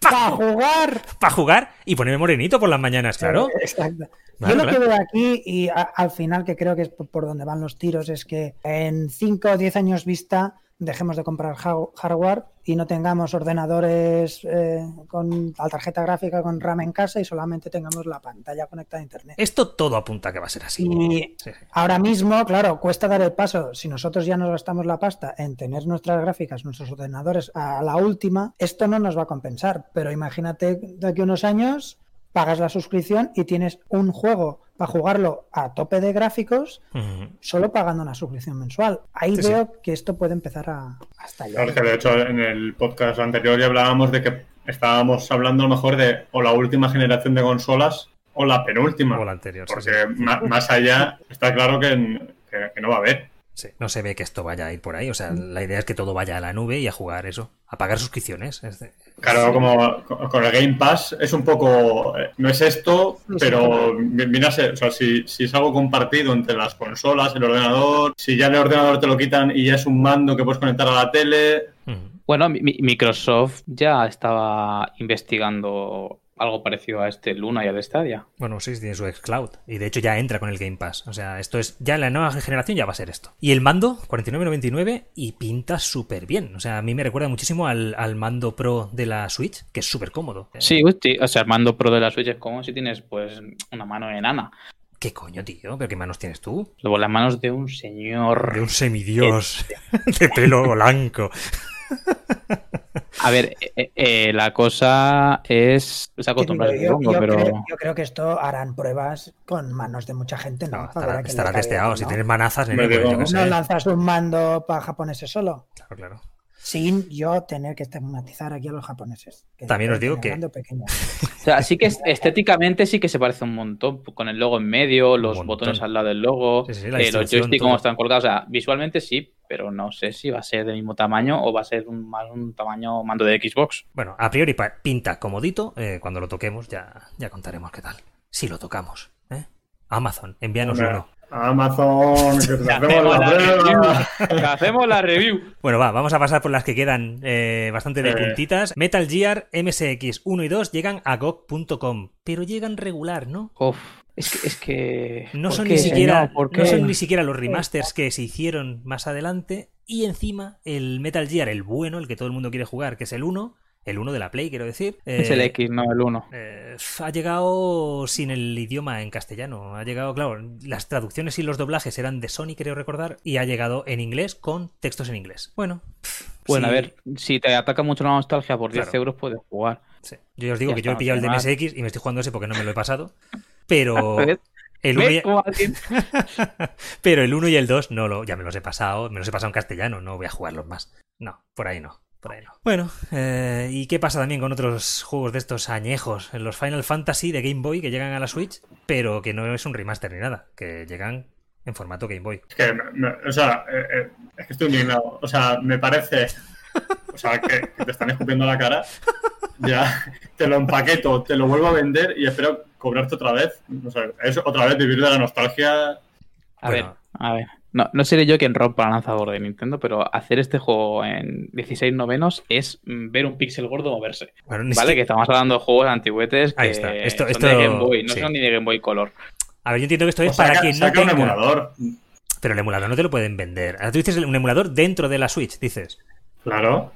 Speaker 3: ¡Para jugar!
Speaker 5: Para jugar y ponerme morenito por las mañanas, claro.
Speaker 3: Exacto.
Speaker 5: Claro,
Speaker 3: Yo lo
Speaker 5: claro.
Speaker 3: que veo aquí, y a- al final que creo que es por, por donde van los tiros, es que en 5 o 10 años vista dejemos de comprar hau- hardware y no tengamos ordenadores eh, con la tarjeta gráfica con RAM en casa y solamente tengamos la pantalla conectada a internet.
Speaker 5: Esto todo apunta a que va a ser así. ¿eh?
Speaker 3: Y
Speaker 5: Sí, sí.
Speaker 3: ahora mismo, claro, cuesta dar el paso. Si nosotros ya nos gastamos la pasta en tener nuestras gráficas, nuestros ordenadores a la última, esto no nos va a compensar. Pero imagínate de aquí a unos años pagas la suscripción y tienes un juego para jugarlo a tope de gráficos
Speaker 5: Ujú.
Speaker 3: solo pagando una suscripción mensual. Ahí
Speaker 5: Sí, sí.
Speaker 3: veo que esto puede empezar a hasta allá.
Speaker 4: Claro, es que de hecho en el podcast anterior ya hablábamos de que estábamos hablando a lo mejor de o la última generación de consolas o la penúltima.
Speaker 5: O la anterior. sí,
Speaker 4: porque
Speaker 5: sí.
Speaker 4: ma- más allá está claro que, que- que no va a haber.
Speaker 5: Sí, no se ve que esto vaya a ir por ahí. O sea, la idea es que todo vaya a la nube y a jugar eso, a pagar suscripciones. Es de-
Speaker 4: Claro, como co- con el Game Pass es un poco. eh, No es esto,
Speaker 3: No es
Speaker 4: pero vi- viene a ser. O sea, si, si es algo compartido entre las consolas, el ordenador, si ya en el ordenador te lo quitan y ya es un mando que puedes conectar a la tele.
Speaker 5: Mm.
Speaker 2: Bueno, mi- mi- Microsoft ya estaba investigando algo parecido a este Luna y al Stadia.
Speaker 5: Bueno, sí, tiene su xCloud. Y de hecho ya entra con el Game Pass. O sea, esto es. Ya la nueva generación ya va a ser esto. Y el mando, 49.99, y pinta súper bien. O sea, a mí me recuerda muchísimo al, al mando pro de la Switch, que es súper cómodo.
Speaker 2: Sí, hosti- o sea, el mando pro de la Switch es como si tienes pues una mano enana.
Speaker 5: ¿Qué coño, tío? ¿Pero qué manos tienes tú?
Speaker 2: Luego las manos de un señor.
Speaker 5: De un semidios de pelo blanco.
Speaker 2: A ver, eh, eh, la cosa es, es acostumbrar
Speaker 3: Yo-
Speaker 2: el
Speaker 3: yo-
Speaker 2: hongo,
Speaker 3: yo
Speaker 2: pero
Speaker 3: creo, yo creo que esto harán pruebas con manos de mucha gente, ¿no?
Speaker 5: No,
Speaker 3: Para ver
Speaker 5: estará,
Speaker 3: a quién
Speaker 5: estará
Speaker 3: le cae
Speaker 5: testeado.
Speaker 3: bien,
Speaker 5: Si
Speaker 3: ¿no?
Speaker 5: tienes manazas,
Speaker 4: Me
Speaker 5: nene, pues,
Speaker 4: digo,
Speaker 5: yo qué
Speaker 3: No
Speaker 5: sé.
Speaker 3: lanzas un mando para japoneses solo,
Speaker 5: Claro, claro.
Speaker 3: sin yo tener que estigmatizar aquí a los japoneses. que
Speaker 5: También os digo
Speaker 3: tienen
Speaker 5: que-
Speaker 3: mando pequeño.
Speaker 2: o sea, sí que es- estéticamente sí que se parece un montón, con el logo en medio, los
Speaker 5: montón.
Speaker 2: botones al lado del logo,
Speaker 5: Sí, sí, la
Speaker 2: eh, los
Speaker 5: distribución,
Speaker 2: joysticks
Speaker 5: todo.
Speaker 2: como están colgados, o sea, visualmente sí, pero no sé si va a ser del mismo tamaño o va a ser un, más un tamaño mando de Xbox.
Speaker 5: Bueno, a priori pa- pinta comodito. eh, cuando lo toquemos ya, ya contaremos qué tal. Si lo tocamos. ¿eh? Amazon, envíanos
Speaker 4: Hombre,
Speaker 5: uno.
Speaker 4: Amazon, que te hacemos la prueba.
Speaker 2: review, hacemos la review.
Speaker 5: Bueno, va, vamos a pasar por las que quedan eh, bastante de
Speaker 4: Eh.
Speaker 5: puntitas. Metal Gear, MSX 1 y 2 llegan a GOG.com, pero llegan regular, ¿no?
Speaker 2: Uf, es que... Es que
Speaker 5: No
Speaker 2: ¿por
Speaker 5: son,
Speaker 2: qué,
Speaker 5: ni siquiera,
Speaker 2: señor? ¿Por
Speaker 5: no
Speaker 2: qué?
Speaker 5: son ni siquiera los remasters que se hicieron más adelante. Y encima, el Metal Gear, el bueno, el que todo el mundo quiere jugar, que es el 1, el 1 de la Play, quiero decir.
Speaker 2: Es el
Speaker 5: eh,
Speaker 2: X, no el 1.
Speaker 5: eh, ha llegado sin el idioma en castellano. Ha llegado, claro, las traducciones y los doblajes eran de Sony, creo recordar, y ha llegado en inglés con textos en inglés. Bueno, pff,
Speaker 2: Bueno,
Speaker 5: sí,
Speaker 2: a ver, si te ataca mucho la nostalgia por 10
Speaker 5: Claro.
Speaker 2: euros puedes jugar.
Speaker 5: sí. Yo ya os digo
Speaker 2: Ya
Speaker 5: que yo he
Speaker 2: está,
Speaker 5: pillado el de
Speaker 2: normal.
Speaker 5: MSX y me estoy jugando ese porque no me lo he pasado. Pero
Speaker 2: ¿Ves?
Speaker 5: el
Speaker 2: ¿Ves
Speaker 5: 1 y,
Speaker 2: cómo alguien-
Speaker 5: pero el uno y el 2 no lo, ya me los he pasado, me los he pasado en castellano, no voy a jugarlos más. No, por ahí no. Por ahí no. Bueno, eh, ¿y qué pasa también con otros juegos de estos añejos? En Los Final Fantasy de Game Boy que llegan a la Switch, pero que no es un remaster ni nada, que llegan en formato Game Boy.
Speaker 4: Es que, me- me- o sea, eh, eh, es que estoy indignado. O sea, me parece. O sea, que, que te están escupiendo a la cara. Ya, te lo empaqueto, te lo vuelvo a vender y espero cobrarte otra vez. O sea, es otra vez vivir de la nostalgia.
Speaker 2: A
Speaker 5: Bueno.
Speaker 2: ver, a ver. No, no seré yo quien rompa la lanzador de Nintendo, pero hacer este juego en 16 novenos es mm, ver un pixel gordo moverse.
Speaker 5: Bueno, ni
Speaker 2: ¿Vale?
Speaker 5: siquiera-
Speaker 2: Que estamos hablando de juegos antigüetes que
Speaker 5: Ahí está. Esto-
Speaker 2: son
Speaker 5: esto-
Speaker 2: de Game Boy, no
Speaker 5: sí.
Speaker 2: son ni de Game Boy Color.
Speaker 5: A ver, yo entiendo que esto
Speaker 4: O
Speaker 5: es para
Speaker 4: saca-
Speaker 5: quien no
Speaker 4: saca un
Speaker 5: tenga.
Speaker 4: emulador.
Speaker 5: Pero el emulador no te lo pueden vender. Ahora tú dices un emulador dentro de la Switch, dices.
Speaker 4: Claro.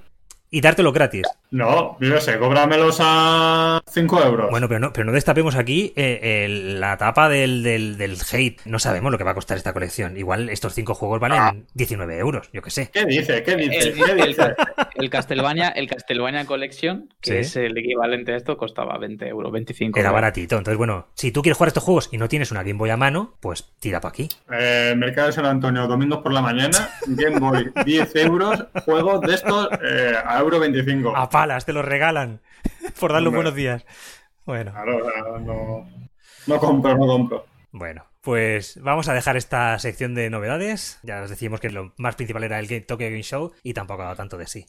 Speaker 5: Y dártelo gratis.
Speaker 4: No, yo qué sé, cóbramelos a 5 euros.
Speaker 5: Bueno, pero no, pero no destapemos aquí eh, el- la tapa del, del- del hate. No sabemos lo que va a costar esta colección. Igual estos cinco juegos valen 19 euros, yo qué sé.
Speaker 4: ¿Qué dice? ¿Qué
Speaker 2: El,
Speaker 4: dice? ¿Qué
Speaker 2: el,
Speaker 4: dice?
Speaker 2: el Castlevania, el Castlevania Collection, que
Speaker 5: Sí.
Speaker 2: es el equivalente a esto, costaba 20 euros, 25
Speaker 5: Era
Speaker 2: euros.
Speaker 5: baratito. Entonces, bueno, si tú quieres jugar estos juegos y no tienes una Game Boy a mano, pues tira para aquí.
Speaker 4: Eh, Mercado de San Antonio, domingos por la mañana, Game Boy, 10 euros, juegos de estos eh, a euro 25.
Speaker 5: A palas, te los regalan. Por darle un
Speaker 4: Hombre.
Speaker 5: buenos días. Bueno.
Speaker 4: Claro, o sea, no, no compro, no compro.
Speaker 5: Bueno, pues vamos a dejar esta sección de novedades. Ya os decíamos que lo más principal era el Game Tokyo Game Show y tampoco ha dado tanto de sí.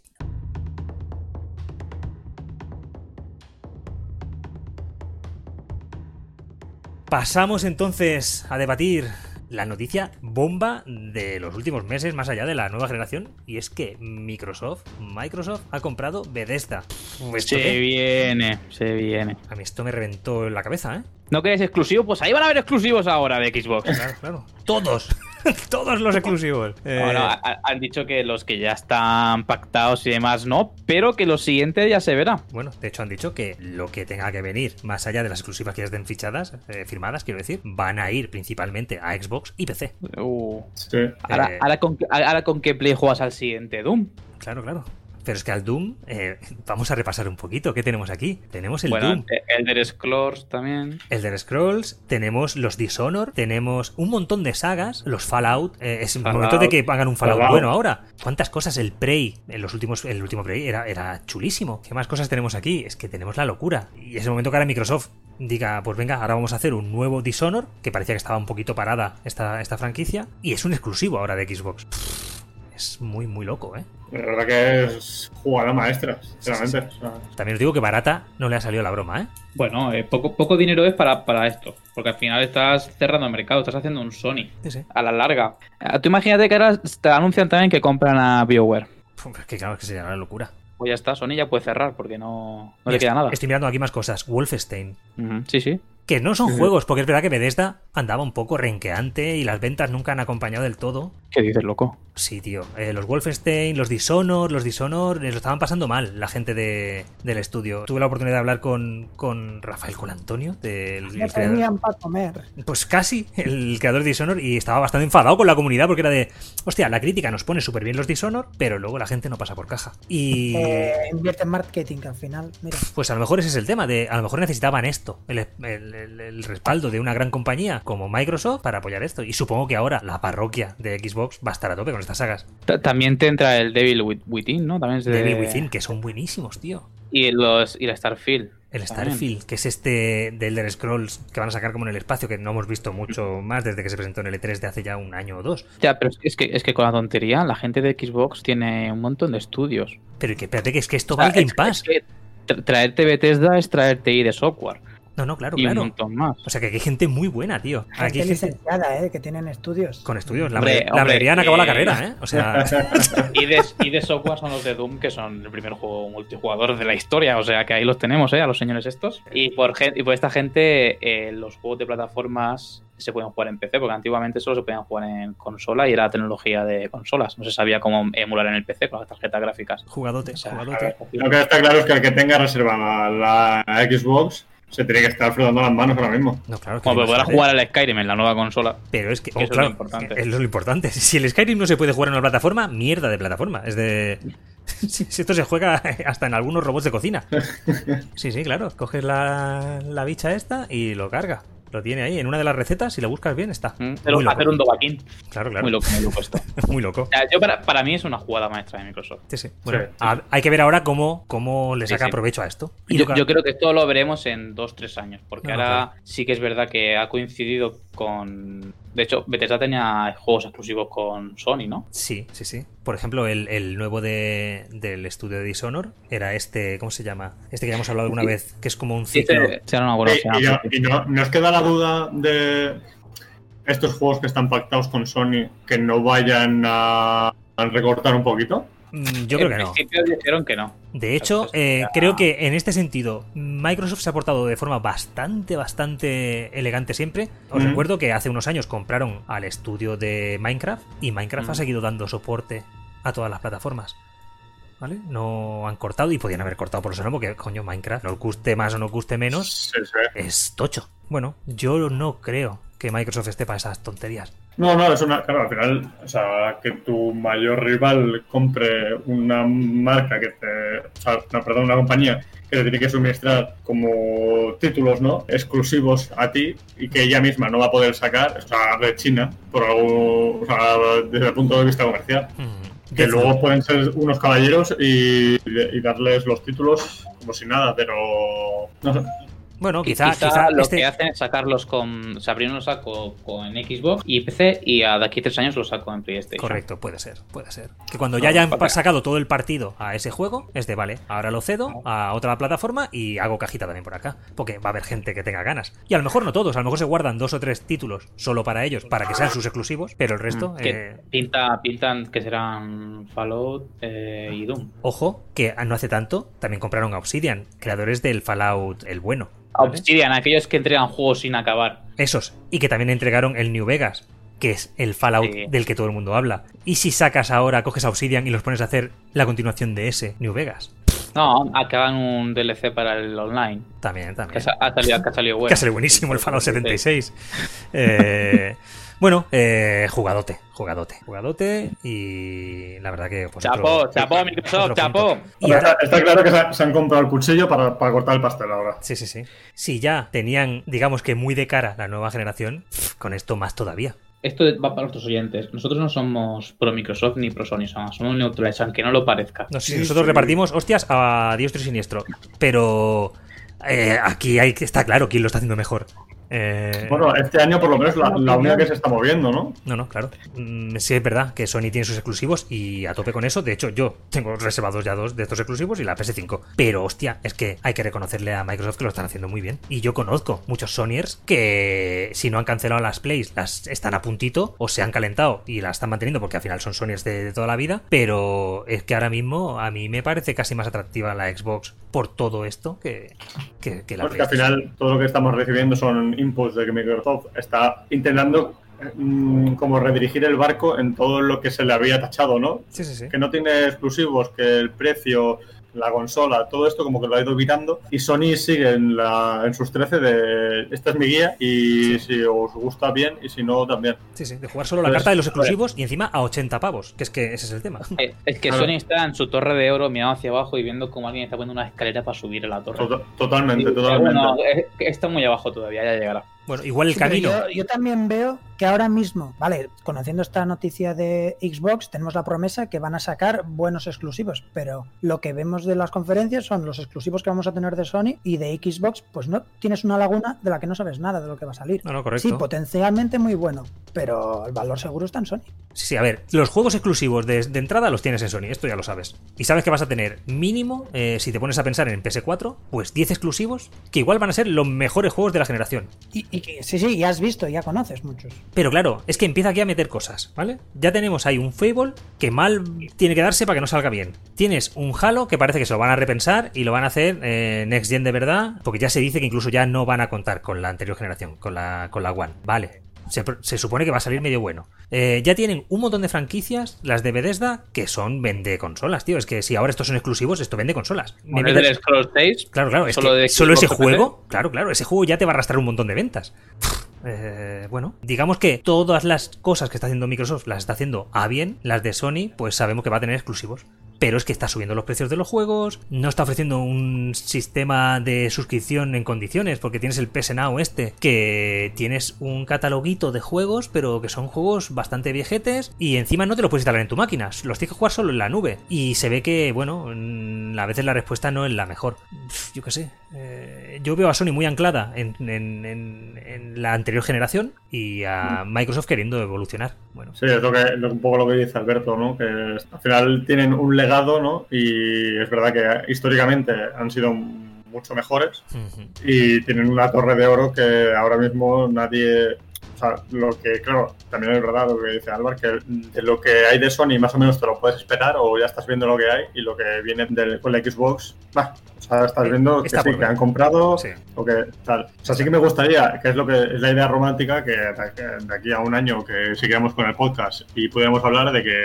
Speaker 5: Pasamos entonces a debatir la noticia bomba de los últimos meses, más allá de la nueva generación, y es que Microsoft, Microsoft ha comprado Bethesda. Pues ¿Esto
Speaker 2: Se
Speaker 5: qué?
Speaker 2: viene, se viene.
Speaker 5: A mí esto me reventó la cabeza, ¿eh?
Speaker 2: ¿No queréis exclusivo? Pues ahí van a haber exclusivos ahora de Xbox.
Speaker 5: Claro, claro. Todos. Todos los exclusivos. Eh,
Speaker 2: Bueno, ha- ha- han dicho que los que ya están pactados y demás no, pero que los siguientes ya se verá.
Speaker 5: Bueno, de hecho han dicho que lo que tenga que venir, más allá de las exclusivas que ya estén fichadas, eh, firmadas, quiero decir, van a ir principalmente a Xbox y PC.
Speaker 2: Uh,
Speaker 4: Sí.
Speaker 2: ahora,
Speaker 5: Eh.
Speaker 2: ahora con, que- ahora con qué play juegas al siguiente Doom.
Speaker 5: Claro, claro. Pero es que al Doom, eh, vamos a repasar un poquito. ¿Qué tenemos aquí? Tenemos el Doom,
Speaker 2: eh, Elder Scrolls también.
Speaker 5: Elder Scrolls, tenemos los Dishonor, tenemos un montón de sagas, los Fallout. eh, es el
Speaker 2: Fallout.
Speaker 5: momento de que hagan un Fallout,
Speaker 4: Fallout.
Speaker 5: bueno ahora. ¿Cuántas cosas? El Prey, en los últimos, el último Prey era, era chulísimo. ¿Qué más cosas tenemos aquí? Es que tenemos la locura. Y es el momento que ahora Microsoft diga, pues venga, ahora vamos a hacer un nuevo Dishonor, que parecía que estaba un poquito parada esta, esta franquicia, y es un exclusivo ahora de Xbox. Pff, es muy, muy loco, ¿eh?
Speaker 4: La verdad que es jugada maestra, sinceramente. O sea,
Speaker 5: También os digo que barata no le ha salido la broma, ¿eh?
Speaker 2: Bueno, eh, poco, poco dinero es para, para esto, porque al final estás cerrando el mercado, estás haciendo un Sony
Speaker 5: Sí, sí.
Speaker 2: a la larga. Ah, Tú imagínate que ahora te anuncian también que compran a BioWare.
Speaker 5: Pff, Es que claro, es que sería una locura.
Speaker 2: Pues ya está, Sony ya puede cerrar porque no, no
Speaker 5: Mira,
Speaker 2: le queda nada.
Speaker 5: Estoy mirando aquí más cosas. Wolfenstein.
Speaker 2: Ujú, Sí, sí.
Speaker 5: Que no son
Speaker 4: Sí, sí.
Speaker 5: juegos, porque es verdad que Bethesda andaba un poco renqueante y las ventas nunca han acompañado del todo.
Speaker 2: ¿Qué dices, loco?
Speaker 5: Sí, tío. Eh, los Wolfenstein, los Dishonor, los Dishonor, les lo estaban pasando mal la gente de- del estudio. Tuve la oportunidad de hablar con, con Rafael, con Antonio, del
Speaker 3: No
Speaker 5: el creador-
Speaker 3: tenían para comer.
Speaker 5: Pues casi, el creador de Dishonor, y estaba bastante enfadado con la comunidad porque era de, hostia, la crítica nos pone súper bien los Dishonor, pero luego la gente no pasa por caja. Y...
Speaker 3: Eh, invierte en marketing que al final, mira,
Speaker 5: Pues a lo mejor ese es el tema, de a lo mejor necesitaban esto, el, el- el- el respaldo de una gran compañía como Microsoft para apoyar esto. Y supongo que ahora la parroquia de Xbox va a estar a tope con estas sagas.
Speaker 2: Ta- también te entra el Devil Wi- Within, ¿no? También es de...
Speaker 5: Devil Within, que son buenísimos, tío.
Speaker 2: Y, los, y la Starfield.
Speaker 5: El
Speaker 2: También.
Speaker 5: Starfield, que es este del Elder Scrolls que van a sacar como en el espacio, que no hemos visto mucho más desde que se presentó en el E3 de hace ya un año o dos.
Speaker 2: Ya, pero es que, es que con la tontería, la gente de Xbox tiene un montón de estudios.
Speaker 5: Pero que espérate, que es que esto
Speaker 2: O
Speaker 5: va
Speaker 2: sea,
Speaker 5: al Game
Speaker 2: Ah, es-
Speaker 5: Pass.
Speaker 2: es que tra- traerte Bethesda es traerte ID Software.
Speaker 5: No, no, claro,
Speaker 2: y un
Speaker 5: claro.
Speaker 2: montón más.
Speaker 5: O sea que aquí hay gente muy buena, tío. Aquí
Speaker 3: gente
Speaker 5: hay gente
Speaker 3: licenciada, eh, que tienen estudios.
Speaker 5: con estudios. La,
Speaker 2: Hombre,
Speaker 5: mayoría- la
Speaker 2: hombre,
Speaker 5: mayoría han acabado la
Speaker 2: eh.
Speaker 5: carrera, ¿eh? O sea,
Speaker 2: ID, Software son los de Doom, que son el primer juego multijugador de la historia. O sea, que ahí los tenemos, ¿eh? A los señores estos. Y por, gen- y por esta gente, eh, los juegos de plataformas se pueden jugar en PC, porque antiguamente solo se podían jugar en consola y era tecnología de consolas. No se sabía cómo emular en el PC con las tarjetas gráficas.
Speaker 5: jugadote,
Speaker 2: O sea,
Speaker 5: jugadote.
Speaker 4: lo que está claro es que el que tenga reservada la Xbox se tiene que estar frotando las manos ahora mismo.
Speaker 5: No, claro, que
Speaker 2: Como
Speaker 5: no
Speaker 2: para poder
Speaker 5: sabe.
Speaker 2: jugar al Skyrim en la nueva consola.
Speaker 5: Pero es que,
Speaker 2: Que
Speaker 5: oh,
Speaker 2: eso es lo
Speaker 5: claro,
Speaker 2: importante.
Speaker 5: es lo importante. Si el Skyrim no se puede jugar en una plataforma, mierda de plataforma. Es de. Si si esto se juega hasta en algunos robots de cocina. Sí, sí, claro. Coges la, la bicha esta y lo carga. Lo tiene ahí en una de las recetas. Si la buscas bien, está.
Speaker 2: Mm, Pero
Speaker 5: Muy loco.
Speaker 2: hacer un dobaquín.
Speaker 5: Claro, claro.
Speaker 2: Muy loco, muy loco esto. O
Speaker 5: Muy loco.
Speaker 2: sea, yo para, para mí es una jugada maestra de Microsoft.
Speaker 5: Sí, sí. Bueno,
Speaker 4: Sí, sí.
Speaker 5: a- hay que ver ahora cómo, cómo le
Speaker 2: Sí,
Speaker 5: saca
Speaker 2: sí.
Speaker 5: provecho a esto. Y
Speaker 2: Yo,
Speaker 5: lo que-
Speaker 2: yo creo que esto lo veremos en 2-3 años, porque
Speaker 5: No,
Speaker 2: ahora sí que es verdad que ha coincidido con... De hecho, Bethesda tenía juegos exclusivos con Sony, ¿no?
Speaker 5: Sí, sí, sí. Por ejemplo, el, el nuevo de, del estudio de Dishonor era este, ¿cómo se llama? Este que ya hemos hablado alguna
Speaker 2: Sí.
Speaker 5: vez, que es como un
Speaker 2: Sí, este
Speaker 5: ciclo.
Speaker 2: se- se no me acuerdo,
Speaker 4: Y-
Speaker 5: Eh,
Speaker 2: se llama-
Speaker 4: Eh, y, no, y no- no os queda la duda de estos juegos que están pactados con Sony que no vayan a, a recortar un poquito.
Speaker 5: Mm, Yo creo que
Speaker 2: En
Speaker 5: no.
Speaker 2: principio dijeron que no.
Speaker 5: De hecho,
Speaker 2: Entonces,
Speaker 5: eh,
Speaker 2: ya-
Speaker 5: creo que en este sentido Microsoft se ha portado de forma bastante, bastante elegante siempre. Os
Speaker 4: Ujú.
Speaker 5: recuerdo que hace unos años compraron al estudio de Minecraft y Minecraft ha
Speaker 2: Ujú.
Speaker 5: seguido dando soporte a todas las plataformas. ¿Vale? No han cortado y podían haber cortado por eso, ¿no? Porque, coño, Minecraft, no guste más o no guste menos,
Speaker 4: Sí, sí.
Speaker 5: es tocho. Bueno, yo no creo que Microsoft esté para esas tonterías.
Speaker 4: No, no, es una. Claro, al final, o sea, que tu mayor rival compre una marca que te. O sea, no, perdón, una compañía que te tiene que suministrar como títulos, ¿no? Exclusivos a ti y que ella misma no va a poder sacar, o sea, de China, por algo. O sea, desde el punto de vista comercial. Que
Speaker 5: Deathloop.
Speaker 4: luego pueden ser unos caballeros y, y darles los títulos como si nada, pero. No sé.
Speaker 5: Bueno,
Speaker 2: Qui-
Speaker 5: quizá,
Speaker 2: quizá
Speaker 5: quizá
Speaker 2: lo
Speaker 5: este-
Speaker 2: que hacen es sacarlos con... O sea, primero los saco con Xbox y PC y a de aquí a 3 años los saco en PlayStation.
Speaker 5: Correcto, puede ser, puede ser. Que cuando ya hayan pa- sacado todo el partido a ese juego, es de vale, ahora lo cedo a otra plataforma y hago cajita también por acá, porque va a haber gente que tenga ganas. Y a lo mejor no todos, a lo mejor se guardan dos o tres títulos solo para ellos, para que sean sus exclusivos, pero el resto,
Speaker 2: Mm, que
Speaker 5: eh,
Speaker 2: pinta, pintan que serán Fallout eh,
Speaker 5: Ah.
Speaker 2: y Doom.
Speaker 5: ojo, que no hace tanto también compraron a Obsidian, creadores del Fallout el bueno. ¿vale?
Speaker 2: Obsidian, aquellos que entregan juegos sin acabar.
Speaker 5: Esos, y que también entregaron el New Vegas, que es el Fallout
Speaker 2: Sí.
Speaker 5: del que todo el mundo habla. Y si sacas ahora, coges a Obsidian y los pones a hacer la continuación de ese New Vegas.
Speaker 2: No, acaban un DLC para el online.
Speaker 5: También, también.
Speaker 2: Que ha, ha salido, que ha salido bueno.
Speaker 5: que sale buenísimo el Fallout 76. Eh, bueno, eh, jugadote, jugadote, jugadote y la verdad que... Pues,
Speaker 2: Chapó,
Speaker 5: otro-
Speaker 2: chapó, Microsoft,
Speaker 5: otro punto.
Speaker 2: chapó.
Speaker 5: Y ahora-
Speaker 4: está, está claro que se, ha- se han comprado el cuchillo para, para cortar el pastel ahora.
Speaker 5: sí, sí, sí. Si ya tenían, digamos que muy de cara la nueva generación, pff, con esto más todavía.
Speaker 2: Esto va para nuestros oyentes. Nosotros no somos pro Microsoft ni pro Sony, somos somos neutrales, aunque no lo parezca.
Speaker 5: No sé,
Speaker 4: Sí,
Speaker 5: nosotros
Speaker 4: sí.
Speaker 5: repartimos hostias a diestro y siniestro, pero Eh, aquí hay, está claro quién lo está haciendo mejor. Eh,
Speaker 4: Bueno, este año por lo menos la, la única que se está moviendo, ¿no?
Speaker 5: No, no, claro. Mm, Sí, es verdad que Sony tiene sus exclusivos y a tope con eso. De hecho, yo tengo reservados ya dos de estos exclusivos y la PS5. Pero hostia, es que hay que reconocerle a Microsoft que lo están haciendo muy bien. Y yo conozco muchos Sonyers que si no han cancelado las plays, las están a puntito o se han calentado y las están manteniendo porque al final son Sonyers de, de toda la vida. Pero es que ahora mismo a mí me parece casi más atractiva la Xbox por todo esto que, que, que la
Speaker 4: Porque al final todo lo que estamos recibiendo son inputs de que Microsoft está intentando mm, como redirigir el barco en todo lo que se le había tachado, ¿no?
Speaker 5: Sí, sí, sí.
Speaker 4: Que no tiene exclusivos, que el precio, la consola, todo esto como que lo ha ido evitando y Sony sigue en, la, en sus 13 de esta es mi guía y si os gusta bien y si no también.
Speaker 5: Sí, sí, de jugar solo la
Speaker 4: Pues,
Speaker 5: carta de los
Speaker 4: a ver.
Speaker 5: exclusivos y encima a 80 pavos, que es que ese es el tema.
Speaker 2: Eh, Es que
Speaker 4: Claro.
Speaker 2: Sony está en su torre de oro mirando hacia abajo y viendo cómo alguien está poniendo una escalera para subir a la torre.
Speaker 4: Tota- totalmente,
Speaker 2: Y,
Speaker 4: totalmente.
Speaker 2: bueno, es- está muy abajo todavía, ya llegará.
Speaker 5: Bueno, igual el
Speaker 3: Sí, pero
Speaker 5: camino.
Speaker 3: Yo, yo también veo que ahora mismo, vale, conociendo esta noticia de Xbox, tenemos la promesa que van a sacar buenos exclusivos, pero lo que vemos de las conferencias son los exclusivos que vamos a tener de Sony y de Xbox, pues no, tienes una laguna de la que no sabes nada de lo que va a salir.
Speaker 5: No, no, correcto.
Speaker 3: Sí, potencialmente muy bueno, pero el valor seguro está en Sony.
Speaker 5: Sí, sí, a ver, los juegos exclusivos de, de entrada los tienes en Sony, esto ya lo sabes. Y sabes que vas a tener mínimo, eh, si te pones a pensar en PS4, pues 10 exclusivos, que igual van a ser los mejores juegos de la generación.
Speaker 3: Y, y que- sí, sí, ya has visto, ya conoces muchos.
Speaker 5: Pero claro, es que empieza aquí a meter cosas, ¿vale? Ya tenemos ahí un Fable que mal tiene que darse para que no salga bien. Tienes un Halo que parece que se lo van a repensar y lo van a hacer eh, Next Gen de verdad, porque ya se dice que incluso ya no van a contar con la anterior generación, con la, con la One. Vale. Se, pr- se supone que va a salir medio bueno. Eh, ya tienen un montón de franquicias, las de Bethesda, que son vende consolas, tío. Es que si ahora estos son exclusivos, esto vende consolas. Me
Speaker 2: Bueno, es
Speaker 5: metes-
Speaker 2: del Scrolls 6.
Speaker 5: Claro, claro, es
Speaker 2: Solo
Speaker 5: que
Speaker 2: de
Speaker 5: solo ese
Speaker 2: Xbox o PC.
Speaker 5: juego, claro, claro, ese juego ya te va a arrastrar un montón de ventas. Eh, bueno, digamos que todas las cosas que está haciendo Microsoft las está haciendo a bien, las de Sony, pues sabemos que va a tener exclusivos. Pero es que está subiendo los precios de los juegos, no está ofreciendo un sistema de suscripción en condiciones, porque tienes el PS Now este, que tienes un cataloguito de juegos, pero que son juegos bastante viejetes, y encima no te los puedes instalar en tu máquina, los tienes que jugar solo en la nube. Y se ve que, bueno, mm, a veces la respuesta no es la mejor. Pf, Yo qué sé. eh, yo veo a Sony muy anclada en, en- en- en la anterior generación y a Microsoft queriendo evolucionar. Bueno,
Speaker 4: Sí, es lo que, lo- un poco lo que dice Alberto, ¿no? Que es- al final tienen un legado, ¿no? Y es verdad que históricamente han sido m- mucho mejores
Speaker 5: ujú.
Speaker 4: y tienen una torre de oro que ahora mismo nadie... O sea, lo que, claro, también es verdad lo que dice Álvaro, que de lo que hay de Sony más o menos te lo puedes esperar o ya estás viendo lo que hay y lo que viene del- con la Xbox, bah, o sea, estás
Speaker 5: Sí,
Speaker 4: viendo que
Speaker 5: Eh, está
Speaker 4: sí,
Speaker 5: por
Speaker 4: que
Speaker 5: ver.
Speaker 4: han comprado,
Speaker 5: Sí.
Speaker 4: o que tal. O sea, sí que me gustaría, que es lo que es la idea romántica, que de aquí a un año que sigamos con el podcast y pudiéramos hablar de que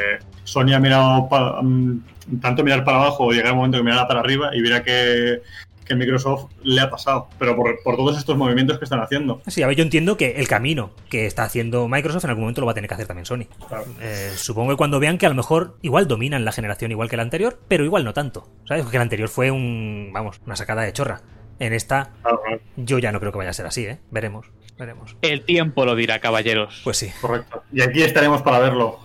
Speaker 4: Sony ha mirado pa- mm, tanto mirar para abajo, llegar un momento que mirara para arriba y viera que, que Microsoft le ha pasado, pero por, por todos estos movimientos que están haciendo.
Speaker 5: Sí, a ver, yo entiendo que el camino que está haciendo Microsoft en algún momento lo va a tener que hacer también Sony.
Speaker 4: Claro.
Speaker 5: Eh, supongo que cuando vean que a lo mejor igual dominan la generación igual que la anterior, pero igual no tanto. ¿Sabes? Porque la anterior fue un, vamos, una sacada de chorra. En esta
Speaker 4: Claro, claro,
Speaker 5: yo ya no creo que vaya a ser así, ¿eh? Veremos, veremos.
Speaker 2: El tiempo lo dirá, caballeros.
Speaker 5: Pues sí.
Speaker 4: correcto. Y aquí estaremos para verlo.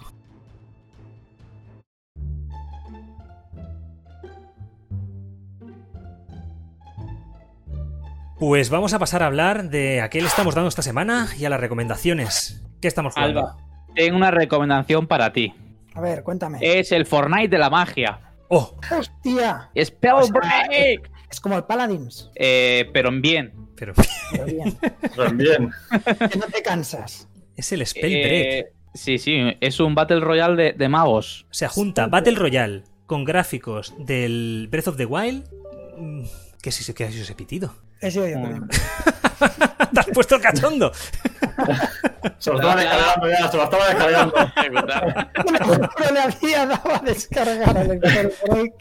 Speaker 5: Pues vamos a pasar a hablar de a qué le estamos dando esta semana y a las recomendaciones. ¿Qué estamos jugando?
Speaker 2: Alba, tengo una recomendación para ti.
Speaker 3: A ver, cuéntame.
Speaker 5: Eh.
Speaker 2: Es el Fortnite de la magia.
Speaker 5: ¡Oh!
Speaker 3: ¡Hostia!
Speaker 2: Spellbreak.
Speaker 3: Es como el Paladins,
Speaker 2: Eh, pero en bien.
Speaker 5: Pero
Speaker 3: pero bien,
Speaker 4: También.
Speaker 3: que no te cansas.
Speaker 5: es el Spellbreak.
Speaker 2: Eh, sí, sí, es un Battle Royale de, de magos.
Speaker 5: O sea, junta Battle Royale con gráficos del Breath of the Wild. Mm, ¿Qué es eso? ¿Qué es ese pitido?
Speaker 3: He sido yo
Speaker 2: Mm.
Speaker 3: también.
Speaker 5: ¡Te has puesto el cachondo!
Speaker 4: Se lo estaba descargando ya, se lo estaba descargando.
Speaker 3: Pero le había dado a descargar el Break.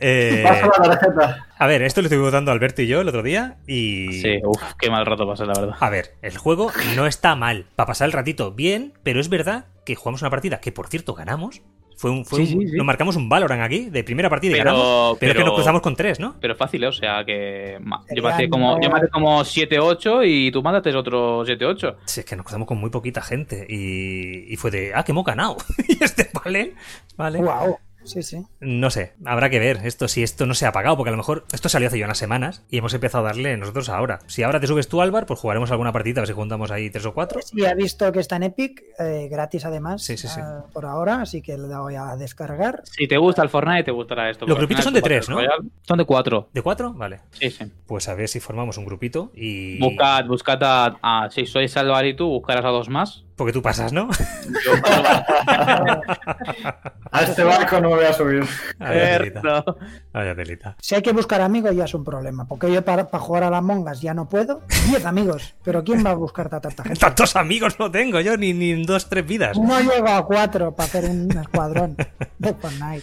Speaker 5: Eh,
Speaker 4: Pasa la tarjeta.
Speaker 5: a ver, esto lo estuvimos dando Alberto y yo el otro día y...
Speaker 2: Sí, uff, qué mal rato pasé, la verdad.
Speaker 5: A ver, el juego no está mal. Para pasar el ratito bien, pero es verdad que jugamos una partida que, por cierto, ganamos. Fue un, fue
Speaker 2: Sí,
Speaker 5: un-
Speaker 2: sí, sí.
Speaker 5: Nos marcamos un Valorant aquí, de primera partida y
Speaker 2: Pero-
Speaker 5: ganamos. Pero, es que
Speaker 2: pero-
Speaker 5: nos cruzamos con tres, ¿no?
Speaker 2: Pero fácil, ¿eh? o sea que ma- yo
Speaker 3: Serían
Speaker 2: maté como yo
Speaker 3: nueve.
Speaker 2: maté como 7 8 y tú mataste otro 7 8.
Speaker 5: Si es que nos cruzamos con muy poquita gente y, y fue de, ah, que hemos ganado. y este, vale, vale.
Speaker 3: Wow.
Speaker 5: O
Speaker 3: Sí, sí.
Speaker 5: No sé, habrá que ver esto si esto no se ha apagado, porque a lo mejor esto salió hace ya unas semanas y hemos empezado a darle nosotros ahora. Si ahora te subes tú, Álvaro, pues jugaremos alguna partida, a ver si juntamos ahí tres o cuatro.
Speaker 3: Sí, he visto que está en Epic, eh, gratis además,
Speaker 5: Sí, sí, sí.
Speaker 3: ah, por ahora, así que le doy a descargar.
Speaker 2: Si te gusta el Fortnite, te gustará esto.
Speaker 5: Los
Speaker 2: porque
Speaker 5: grupitos
Speaker 2: al final
Speaker 5: son de
Speaker 2: es un
Speaker 5: tres, ¿no?
Speaker 2: Battle Royale. Son de cuatro.
Speaker 5: ¿De cuatro? Vale.
Speaker 2: Sí, sí.
Speaker 5: Pues a ver si formamos un grupito y.
Speaker 2: Buscad, buscad a, a- Si sois Álvaro y tú, buscarás a dos más.
Speaker 5: Porque tú pasas, ¿no?
Speaker 4: A este barco no me voy a subir.
Speaker 5: Vaya telita.
Speaker 2: Cierto.
Speaker 5: Vaya telita.
Speaker 3: Si hay que buscar amigos ya es un problema, porque yo para, para jugar a las mongas ya no puedo. 10 amigos, pero ¿quién va a buscar a tanta gente?
Speaker 5: Tantos amigos no tengo yo, ni, ni en dos, tres vidas.
Speaker 3: No llego a cuatro para hacer un escuadrón de Fortnite.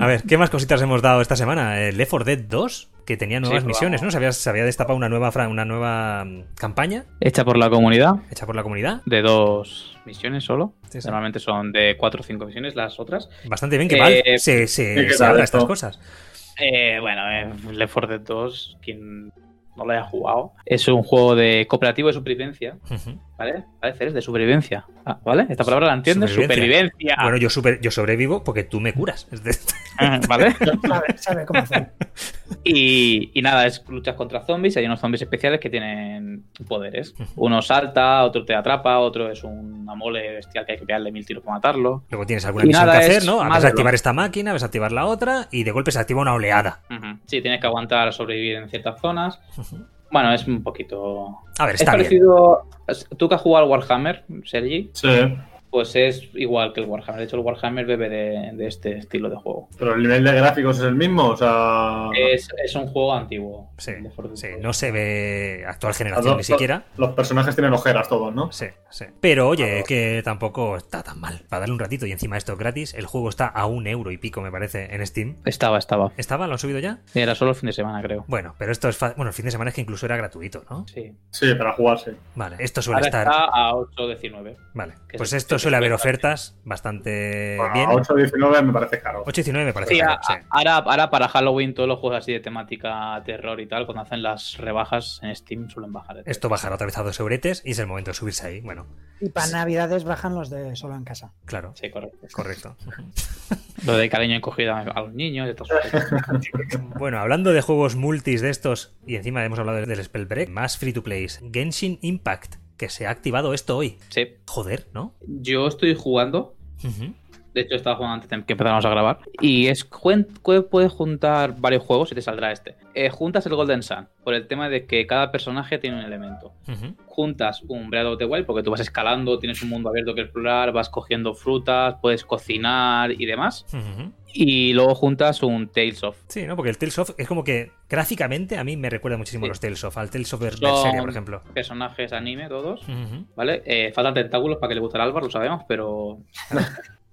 Speaker 5: A ver, ¿qué más cositas hemos dado esta semana? El Left 4 Dead 2, que tenía nuevas
Speaker 2: Sí,
Speaker 5: misiones, ¿no?
Speaker 2: vamos.
Speaker 5: Se había, se había destapado una nueva, fra- una nueva mm, campaña
Speaker 2: Hecha por la comunidad.
Speaker 5: hecha por la comunidad.
Speaker 2: De dos misiones solo.
Speaker 5: Sí, sí.
Speaker 2: Normalmente son de cuatro o cinco misiones las otras.
Speaker 5: Bastante bien que
Speaker 2: Eh,
Speaker 5: mal se, se,
Speaker 4: ¿qué
Speaker 5: se
Speaker 4: tal
Speaker 5: habla de
Speaker 4: esto?
Speaker 5: estas cosas.
Speaker 2: Eh, bueno, eh, Left 4 Dead 2, quien no lo haya jugado, es un juego de cooperativo de supervivencia,
Speaker 5: Ujú.
Speaker 2: ¿vale? Parece, es de supervivencia, Ah, ¿vale? Esta palabra la entiendes,
Speaker 5: Supervivencia.
Speaker 2: supervivencia,
Speaker 5: Bueno, yo, super- yo sobrevivo porque tú me curas. Es de-
Speaker 2: ¿vale?
Speaker 3: Sabe, sabe cómo hacer.
Speaker 2: Y, y nada, es luchas contra zombies, hay unos zombies especiales que tienen poderes. Uno salta, otro te atrapa, otro es una mole bestial que hay que pegarle mil tiros para matarlo.
Speaker 5: Luego tienes alguna
Speaker 2: Y
Speaker 5: misión que
Speaker 2: nada, es
Speaker 5: hacer, ¿no? Vas
Speaker 2: malo.
Speaker 5: a activar esta máquina, vas a activar la otra y de golpe se activa una oleada.
Speaker 2: Ujú. Sí, tienes que aguantar sobrevivir en ciertas zonas. Bueno, es un poquito
Speaker 5: A ver,
Speaker 2: Es
Speaker 5: está bien.
Speaker 2: parecido. Tú que has jugado al Warhammer, Sergi,
Speaker 4: Sí,
Speaker 2: pues es igual que el Warhammer. De hecho, el Warhammer bebe de, de este estilo de juego.
Speaker 4: pero el nivel de gráficos es el mismo, o sea.
Speaker 2: Es, es un juego antiguo.
Speaker 5: Sí,
Speaker 2: de Fortnite.
Speaker 5: sí, no se ve actual
Speaker 4: los-
Speaker 5: generación ni
Speaker 4: los-
Speaker 5: siquiera.
Speaker 4: Los personajes tienen ojeras todos, ¿no?
Speaker 5: Sí, sí. Pero oye, que tampoco está tan mal. Para darle un ratito y encima esto es gratis, el juego está a un euro y pico, me parece, en Steam.
Speaker 2: Estaba, estaba.
Speaker 5: ¿Estaba? ¿Lo han subido ya?
Speaker 2: Era solo el fin de semana, creo.
Speaker 5: Bueno, pero esto es. fa- Bueno, el fin de semana es que incluso era gratuito, ¿no?
Speaker 2: Sí.
Speaker 4: Sí, para jugar, sí.
Speaker 5: Vale, esto suele
Speaker 2: Ahora
Speaker 5: estar.
Speaker 2: está a 8.19.
Speaker 5: Vale,
Speaker 2: que
Speaker 5: pues
Speaker 2: se-
Speaker 5: esto
Speaker 2: que se
Speaker 5: suele haber
Speaker 2: cuenta.
Speaker 5: ofertas bastante
Speaker 4: Bueno,
Speaker 5: Eh, bien.
Speaker 4: a 8.19 me parece caro.
Speaker 5: 8.19 me parece.
Speaker 2: Sí,
Speaker 5: caro,
Speaker 2: a-
Speaker 5: sí.
Speaker 2: ahora, ahora para Halloween todos los juegos así de temática terror y tal, cuando hacen las rebajas en Steam suelen bajar. de precio.
Speaker 5: Esto bajará otra vez a dos euretes y es el momento de subirse ahí. Bueno,
Speaker 3: Y para navidades bajan los de solo en casa.
Speaker 5: claro,
Speaker 2: Sí, correcto.
Speaker 5: correcto.
Speaker 2: Lo de cariño encogida a los niños, estas cosas.
Speaker 5: Bueno, hablando de juegos multis de estos, y encima hemos hablado del Spellbreak, más free to play, Genshin Impact, que se ha activado esto hoy.
Speaker 2: Sí.
Speaker 5: Joder, ¿no?
Speaker 2: Yo estoy jugando
Speaker 5: Ujú.
Speaker 2: De hecho, estaba jugando antes de que empezáramos a grabar. Y es juen- que puedes juntar varios juegos y te saldrá este. Eh, juntas el Golden Sun, por el tema de que cada personaje tiene un elemento.
Speaker 5: Ujú.
Speaker 2: Juntas un Breath of the Wild, porque tú vas escalando, tienes un mundo abierto que explorar, vas cogiendo frutas, puedes cocinar y demás.
Speaker 5: Ujú.
Speaker 2: Y luego juntas un Tales of.
Speaker 5: Sí, ¿no? Porque el Tales of es como que gráficamente a mí me recuerda muchísimo
Speaker 2: Sí.
Speaker 5: a los Tales of, al Tales of Ber-
Speaker 2: Son
Speaker 5: Berseria, por ejemplo.
Speaker 2: Personajes anime, todos.
Speaker 5: Ujú.
Speaker 2: ¿Vale? Eh, faltan tentáculos para que le guste al Álvaro, lo sabemos, pero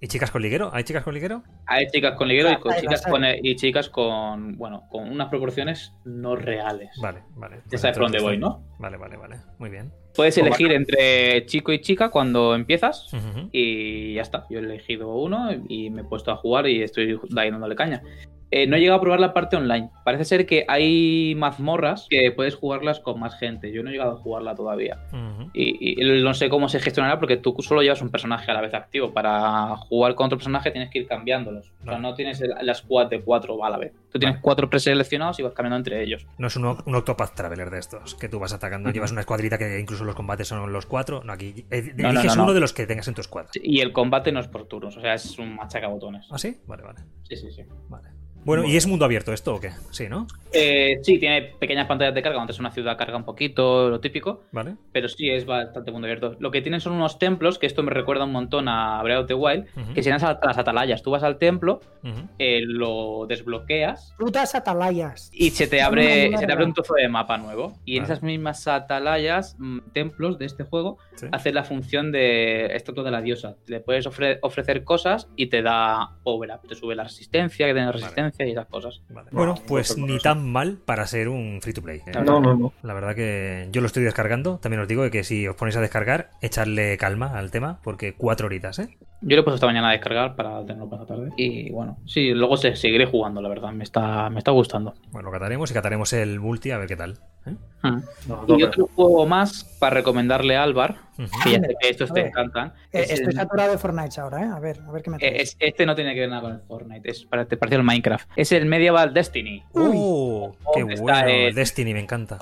Speaker 5: ¿Y chicas con liguero? ¿Hay chicas con liguero?
Speaker 2: hay chicas con liguero y, con
Speaker 3: Ay,
Speaker 2: chicas
Speaker 3: las hay.
Speaker 2: con, y chicas con, bueno, con unas proporciones no reales.
Speaker 5: Vale, vale.
Speaker 2: Ya
Speaker 5: Pues
Speaker 2: sabes por
Speaker 5: entonces
Speaker 2: dónde voy,
Speaker 5: está-
Speaker 2: ¿no?
Speaker 5: Vale, vale, vale. Muy bien.
Speaker 2: Puedes elegir entre chico y chica cuando empiezas.
Speaker 5: Ujú.
Speaker 2: Y ya está. Yo he elegido uno y me he puesto a jugar y estoy ahí dándole caña. Eh, no he llegado a probar la parte online. Parece ser que hay mazmorras que puedes jugarlas con más gente. Yo no he llegado a jugarla todavía.
Speaker 5: Ujú.
Speaker 2: Y, y no sé cómo se gestionará porque tú solo llevas un personaje a la vez activo. Para jugar con otro personaje tienes que ir cambiándolos. O sea,
Speaker 5: Vale.
Speaker 2: no tienes el- la squad de cuatro a la vez. Tú tienes cuatro preseleccionados y vas cambiando entre ellos.
Speaker 5: No es un, o- un Octopath Traveler de estos, que tú vas atacando,
Speaker 2: Ujú.
Speaker 5: llevas una escuadrita que incluso los combates son los cuatro. No, aquí eh,
Speaker 2: No, no,
Speaker 5: eliges
Speaker 2: no, no.
Speaker 5: uno de los que tengas en tu escuadra.
Speaker 2: Y el combate no es por turnos. O sea, es un machacabotones.
Speaker 5: ¿Ah, sí? Vale, vale.
Speaker 2: Sí, sí, sí.
Speaker 5: vale. Bueno, ¿y es mundo abierto esto o qué? Sí, ¿no?
Speaker 2: Eh, sí, tiene pequeñas pantallas de carga, cuando es una ciudad carga un poquito, lo típico,
Speaker 5: Vale.
Speaker 2: pero sí es bastante mundo abierto. Lo que tienen son unos templos, que esto me recuerda un montón a Breath of the Wild,
Speaker 5: Ujú.
Speaker 2: que serían las las atalayas. Tú vas al templo,
Speaker 5: Ujú.
Speaker 2: eh, lo desbloqueas
Speaker 3: Frutas atalayas.
Speaker 2: y se te
Speaker 3: Son una
Speaker 2: abre,
Speaker 3: mierda.
Speaker 2: se te abre un trozo de mapa nuevo. Y en
Speaker 5: Vale.
Speaker 2: esas mismas atalayas, mm, templos de este juego,
Speaker 5: Sí.
Speaker 2: haces la función de estatua de la diosa. Le puedes ofre- ofrecer cosas y te da power up, te sube la resistencia, que tienes resistencia y esas cosas.
Speaker 5: Vale.
Speaker 4: Bueno,
Speaker 5: Bueno, pues
Speaker 4: otro
Speaker 5: ni
Speaker 4: cosa.
Speaker 5: tan mal para ser un free to play. eh.
Speaker 2: Claro.
Speaker 4: No, no, no.
Speaker 5: La verdad que yo lo estoy descargando. También os digo que si os ponéis a descargar, echarle calma al tema, porque cuatro horitas, ¿eh?
Speaker 2: Yo lo he puesto esta mañana a descargar para tenerlo para esta tarde. Y bueno, sí, luego se, seguiré jugando, la verdad. Me está, me está gustando.
Speaker 5: Bueno, lo cataremos y cataremos el multi a ver qué tal. ¿eh?
Speaker 2: Ah.
Speaker 4: No, no,
Speaker 2: Y
Speaker 4: pero-
Speaker 2: otro juego más para recomendarle a Álvar,
Speaker 5: Ujú.
Speaker 2: que ya sé que estos te
Speaker 3: A ver.
Speaker 2: encantan.
Speaker 3: Eh,
Speaker 2: es
Speaker 3: estoy
Speaker 2: el-
Speaker 3: saturado de Fortnite ahora, ¿eh? A ver, a ver qué me
Speaker 2: eh,
Speaker 3: traes.
Speaker 2: es- este no tiene que ver nada con el Fortnite, es para, te parece el Minecraft. Es el Medieval Destiny.
Speaker 5: ¡Oh! ¡Qué
Speaker 2: Está
Speaker 5: bueno!
Speaker 2: el-
Speaker 5: El Destiny me encanta.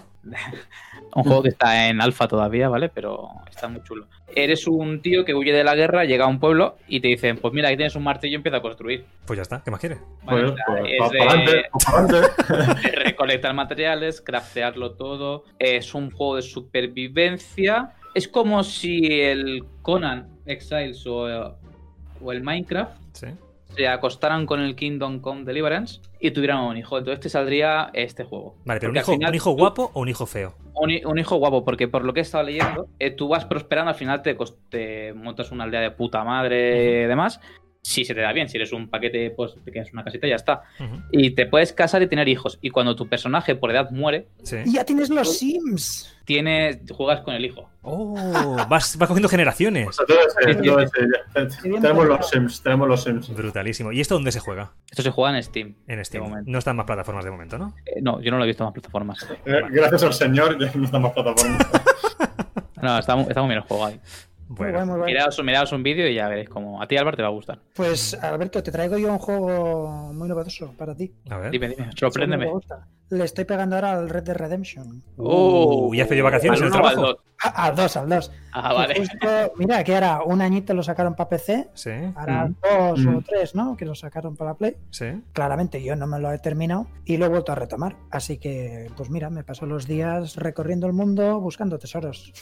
Speaker 2: Un juego que está en alfa todavía, ¿vale? Pero está muy chulo. Eres un tío que huye de la guerra, llega a un pueblo y te dicen, pues mira, aquí tienes un martillo y empieza a construir.
Speaker 5: Pues ya está, ¿qué más quieres?
Speaker 2: Vale,
Speaker 4: Pues, pues,
Speaker 2: es
Speaker 4: pa-
Speaker 2: de-
Speaker 4: pa'lante, pues, pa'lante.
Speaker 2: de recolectar materiales, craftearlo todo. Es un juego de supervivencia. Es como si el Conan Exiles o, o el Minecraft
Speaker 5: Sí.
Speaker 2: se acostaran con el Kingdom Come Deliverance y tuvieran un hijo. Entonces te saldría este juego.
Speaker 5: Vale, pero un
Speaker 2: Porque al
Speaker 5: hijo,
Speaker 2: final
Speaker 5: ¿un hijo
Speaker 2: tú-
Speaker 5: guapo o un hijo feo?
Speaker 2: un, hi- un hijo guapo, porque por lo que he estado leyendo, eh, tú vas prosperando, al final te, cos- te montas una aldea de puta madre y demás. Si se te da bien, si eres un paquete, pues te quedas en una casita y ya está.
Speaker 5: Ujú.
Speaker 2: Y te puedes casar y tener hijos. Y cuando tu personaje por edad muere,
Speaker 5: Sí.
Speaker 3: Y ya tienes los Sims.
Speaker 2: tienes, juegas con el hijo.
Speaker 5: ¡Oh! Vas, vas cogiendo generaciones.
Speaker 4: O sea, todo ese-
Speaker 2: Sí, sí,
Speaker 4: todo
Speaker 2: sí.
Speaker 4: ese, ya. Te-
Speaker 3: Qué bien pensado.
Speaker 4: Tenemos los Sims, tenemos los Sims.
Speaker 5: Brutalísimo. ¿Y esto dónde se juega?
Speaker 2: Esto se juega en Steam.
Speaker 5: En Steam.
Speaker 2: momento.
Speaker 5: No están más plataformas de momento, ¿no?
Speaker 2: Eh, no, yo no lo he visto en más plataformas.
Speaker 4: Eh, Gracias al señor, ya no estamos plataformas.
Speaker 2: No, está muy, está muy bien el juego ahí.
Speaker 5: Bueno. ¿Eh?
Speaker 3: Muy guay, muy guay.
Speaker 2: Miraos, miraos un vídeo y ya veréis cómo. A ti, Álvaro, te va a gustar.
Speaker 3: Pues Alberto, te traigo yo un juego muy novedoso para ti.
Speaker 5: A ver.
Speaker 2: Dime, dime,
Speaker 3: Seguro que
Speaker 2: sorpréndeme.
Speaker 3: te gusta. Le estoy pegando ahora al Red Dead Redemption.
Speaker 5: Uh, ¿y has pedido vacaciones
Speaker 2: al
Speaker 5: en el
Speaker 2: uno o al
Speaker 5: trabajo?
Speaker 2: dos?
Speaker 3: A, a dos, al dos.
Speaker 2: Ah,
Speaker 3: Que
Speaker 2: vale.
Speaker 3: justo- mira, que ahora un añito lo sacaron para PC.
Speaker 5: Sí,
Speaker 3: Ahora
Speaker 2: Mm.
Speaker 3: dos o
Speaker 4: Mm.
Speaker 3: tres, ¿no? Que lo sacaron para Play.
Speaker 5: sí.
Speaker 3: Claramente yo no me lo he terminado y lo he vuelto a retomar. Así que, pues mira, me paso los días recorriendo el mundo buscando tesoros.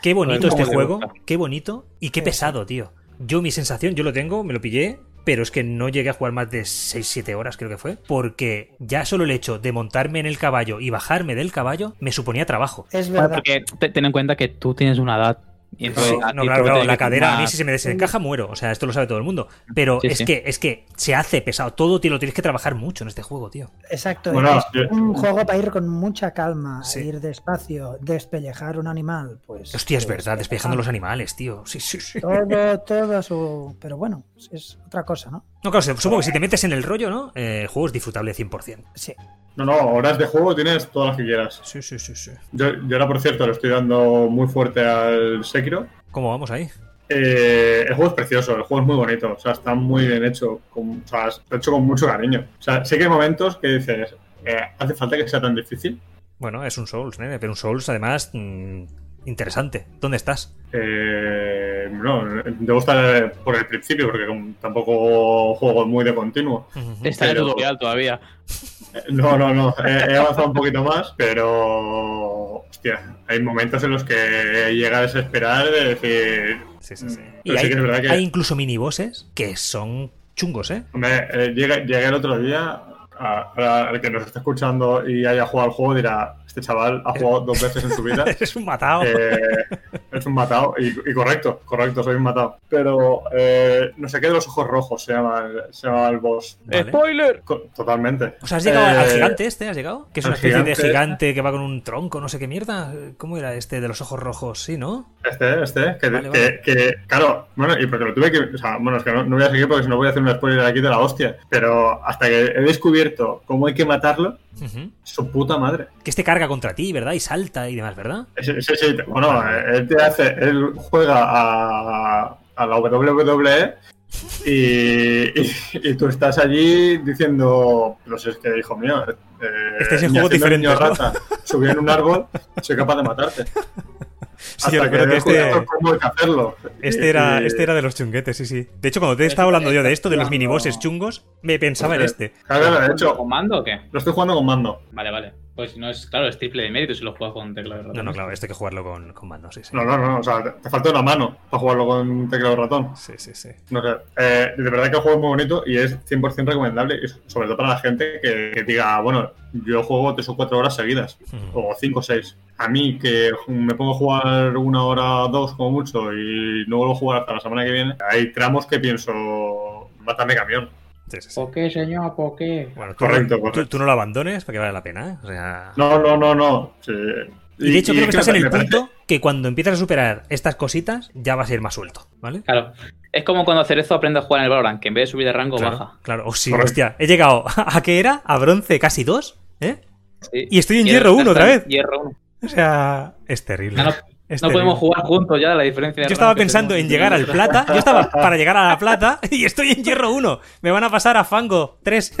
Speaker 5: Qué bonito
Speaker 2: Pues,
Speaker 5: este
Speaker 2: ¿cómo te
Speaker 5: juego,
Speaker 2: gusta?
Speaker 5: qué bonito y qué
Speaker 3: Sí,
Speaker 5: pesado, tío. Yo mi sensación, yo lo tengo, me lo pillé, pero es que no llegué a jugar más de 6-7 horas, creo que fue, porque ya solo el hecho de montarme en el caballo y bajarme del caballo me suponía trabajo.
Speaker 3: Es
Speaker 2: Bueno,
Speaker 3: verdad.
Speaker 2: porque te- ten en cuenta que tú tienes una edad. Y entonces,
Speaker 5: Sí,
Speaker 2: a
Speaker 5: Ah, no,
Speaker 2: ti
Speaker 5: claro,
Speaker 2: todo
Speaker 5: claro,
Speaker 2: te
Speaker 5: la
Speaker 2: queda
Speaker 5: cadera a mí
Speaker 2: más-
Speaker 5: si se me desencaja muero, o sea, esto lo sabe todo el mundo, pero
Speaker 2: Sí,
Speaker 5: es
Speaker 2: sí.
Speaker 5: que es que se hace pesado, todo tío, lo tienes que trabajar mucho en este juego, tío.
Speaker 3: Exacto.
Speaker 4: Bueno,
Speaker 3: es
Speaker 4: yo-
Speaker 3: un juego para ir con mucha calma,
Speaker 5: Sí.
Speaker 3: ir despacio, despellejar un animal. Pues,
Speaker 5: Hostia, es
Speaker 3: pues,
Speaker 5: verdad, despellejando los animales, tío. Sí, sí, sí.
Speaker 3: Todo, todo a su. Pero bueno, es otra cosa, ¿no?
Speaker 5: No, claro, supongo que si te metes en el rollo, ¿no? Eh, el juego es disfrutable 100%.
Speaker 3: Sí.
Speaker 4: No, no, horas de juego tienes todas las que quieras.
Speaker 5: Sí, sí, sí, sí.
Speaker 4: Yo, yo ahora, por cierto, le estoy dando muy fuerte al Sekiro.
Speaker 5: ¿Cómo vamos ahí?
Speaker 4: Eh, el juego es precioso, el juego es muy bonito, o sea, está muy bien hecho, con, o sea, está hecho con mucho cariño. O sea, sé que hay momentos que dices, eh, hace falta que sea tan difícil.
Speaker 5: Bueno, es un Souls, nene, pero un Souls además mm, interesante. ¿Dónde estás?
Speaker 4: Eh, no, debo estar por el principio, porque como tampoco juego muy de continuo.
Speaker 2: Está en el
Speaker 4: Pero-
Speaker 2: tutorial todavía.
Speaker 4: Eh, No, no, no, he, he avanzado un poquito más, pero. Hostia, hay momentos en los que llega a desesperar de decir.
Speaker 5: Sí, sí, sí.
Speaker 4: Pero
Speaker 5: Y
Speaker 4: sí
Speaker 5: hay,
Speaker 4: que es verdad que-
Speaker 5: hay incluso minibosses que son chungos, ¿eh?
Speaker 4: Hombre, eh, llega- llegué el otro día, a- ahora el que nos está escuchando y haya jugado al juego dirá, este chaval ha jugado dos veces en su vida.
Speaker 5: es un matado.
Speaker 4: eh, es un matado, y, y correcto, correcto, soy un matado. Pero eh, no sé qué de los ojos rojos se llama el, se llama el boss.
Speaker 5: Vale.
Speaker 2: ¡Spoiler!
Speaker 4: Co- Totalmente.
Speaker 5: O sea, has llegado al
Speaker 4: Eh,
Speaker 5: gigante este, ¿has llegado? Que es
Speaker 4: al
Speaker 5: una especie de
Speaker 4: gigante.
Speaker 5: gigante que va con un tronco, no sé qué mierda. ¿Cómo era este de los ojos rojos? Sí, ¿no?
Speaker 4: Este, este, que,
Speaker 5: Vale,
Speaker 4: que-
Speaker 5: vale.
Speaker 4: que- claro, bueno, y porque lo tuve que. O sea, bueno, es que no, no voy a seguir porque si no voy a hacer un spoiler aquí de la hostia. Pero hasta que he descubierto cómo hay que matarlo,
Speaker 5: Ujú.
Speaker 4: su puta madre.
Speaker 5: Que este carga contra ti, ¿verdad? Y salta y demás, ¿verdad?
Speaker 4: Sí, sí, sí. Bueno, él te hace, él juega a, a la WWE y, y- y tú estás allí diciendo, no sé, es que hijo mío, eh,
Speaker 5: Estáis en
Speaker 4: ni
Speaker 5: juegos
Speaker 4: haciendo niño
Speaker 5: diferentes, ¿no?
Speaker 4: rata, subí en un árbol, soy capaz de matarte.
Speaker 5: Sí, yo recuerdo que
Speaker 4: he descubierto
Speaker 5: este,
Speaker 4: cómo hay que hacerlo.
Speaker 5: este, era,
Speaker 4: Y-
Speaker 5: este era de los chunguetes, sí, sí. De hecho, cuando te he estado hablando yo de esto, de los minibosses chungos, me pensaba en este.
Speaker 4: Claro, claro, de hecho,
Speaker 2: ¿Con mando o qué?
Speaker 4: lo estoy jugando con mando.
Speaker 2: Vale, vale. Pues no es, claro, es triple de mérito si lo juegas con teclado de ratón.
Speaker 5: No, no, claro, esto hay que jugarlo con, con mando, sí, sí.
Speaker 4: No, no, no, o sea, te, te falta una mano para jugarlo con teclado y ratón.
Speaker 5: Sí, sí, sí.
Speaker 4: No sé, eh, de verdad que el juego es muy bonito y es 100% recomendable, y sobre todo para la gente que, que diga, bueno, yo juego 3 o 4 horas seguidas,
Speaker 5: Ujú.
Speaker 4: o 5 o 6. A mí, que me pongo a jugar una hora o dos como mucho y no vuelvo a jugar hasta la semana que viene, hay tramos que pienso, mátame camión.
Speaker 5: Sí, sí, sí.
Speaker 2: ¿Por qué, señor? ¿Por qué?
Speaker 5: Bueno, tú,
Speaker 4: Oh. Correcto,
Speaker 5: no,
Speaker 4: correcto.
Speaker 5: Tú, tú no lo abandones porque vale la pena. ¿eh? O sea...
Speaker 4: No, no, no, no. sí.
Speaker 5: Y de hecho
Speaker 4: y
Speaker 5: creo que
Speaker 4: es
Speaker 5: estás
Speaker 4: me-
Speaker 5: en el
Speaker 4: me parece-
Speaker 5: punto que cuando empiezas a superar estas cositas ya vas a ir más suelto, ¿vale?
Speaker 2: Claro. Es como cuando Cerezo aprende a jugar en el Valorant, que en vez de subir de rango,
Speaker 5: claro,
Speaker 2: baja.
Speaker 5: Claro, oh, sí,
Speaker 4: Correcto.
Speaker 5: hostia. He llegado a qué era? A bronce casi 2, ¿eh?
Speaker 2: Sí.
Speaker 5: Y estoy en hierro
Speaker 2: está-
Speaker 5: uno otra vez.
Speaker 2: Hierro uno.
Speaker 5: O sea, es terrible.
Speaker 2: Ya no,
Speaker 5: es
Speaker 2: no
Speaker 5: terrible.
Speaker 2: podemos jugar juntos ya, la diferencia. de
Speaker 5: Yo estaba
Speaker 2: rango que
Speaker 5: pensando en
Speaker 2: tenemos.
Speaker 5: llegar al plata, yo estaba para llegar a la plata y estoy en hierro 1. Me van a pasar a fango 3.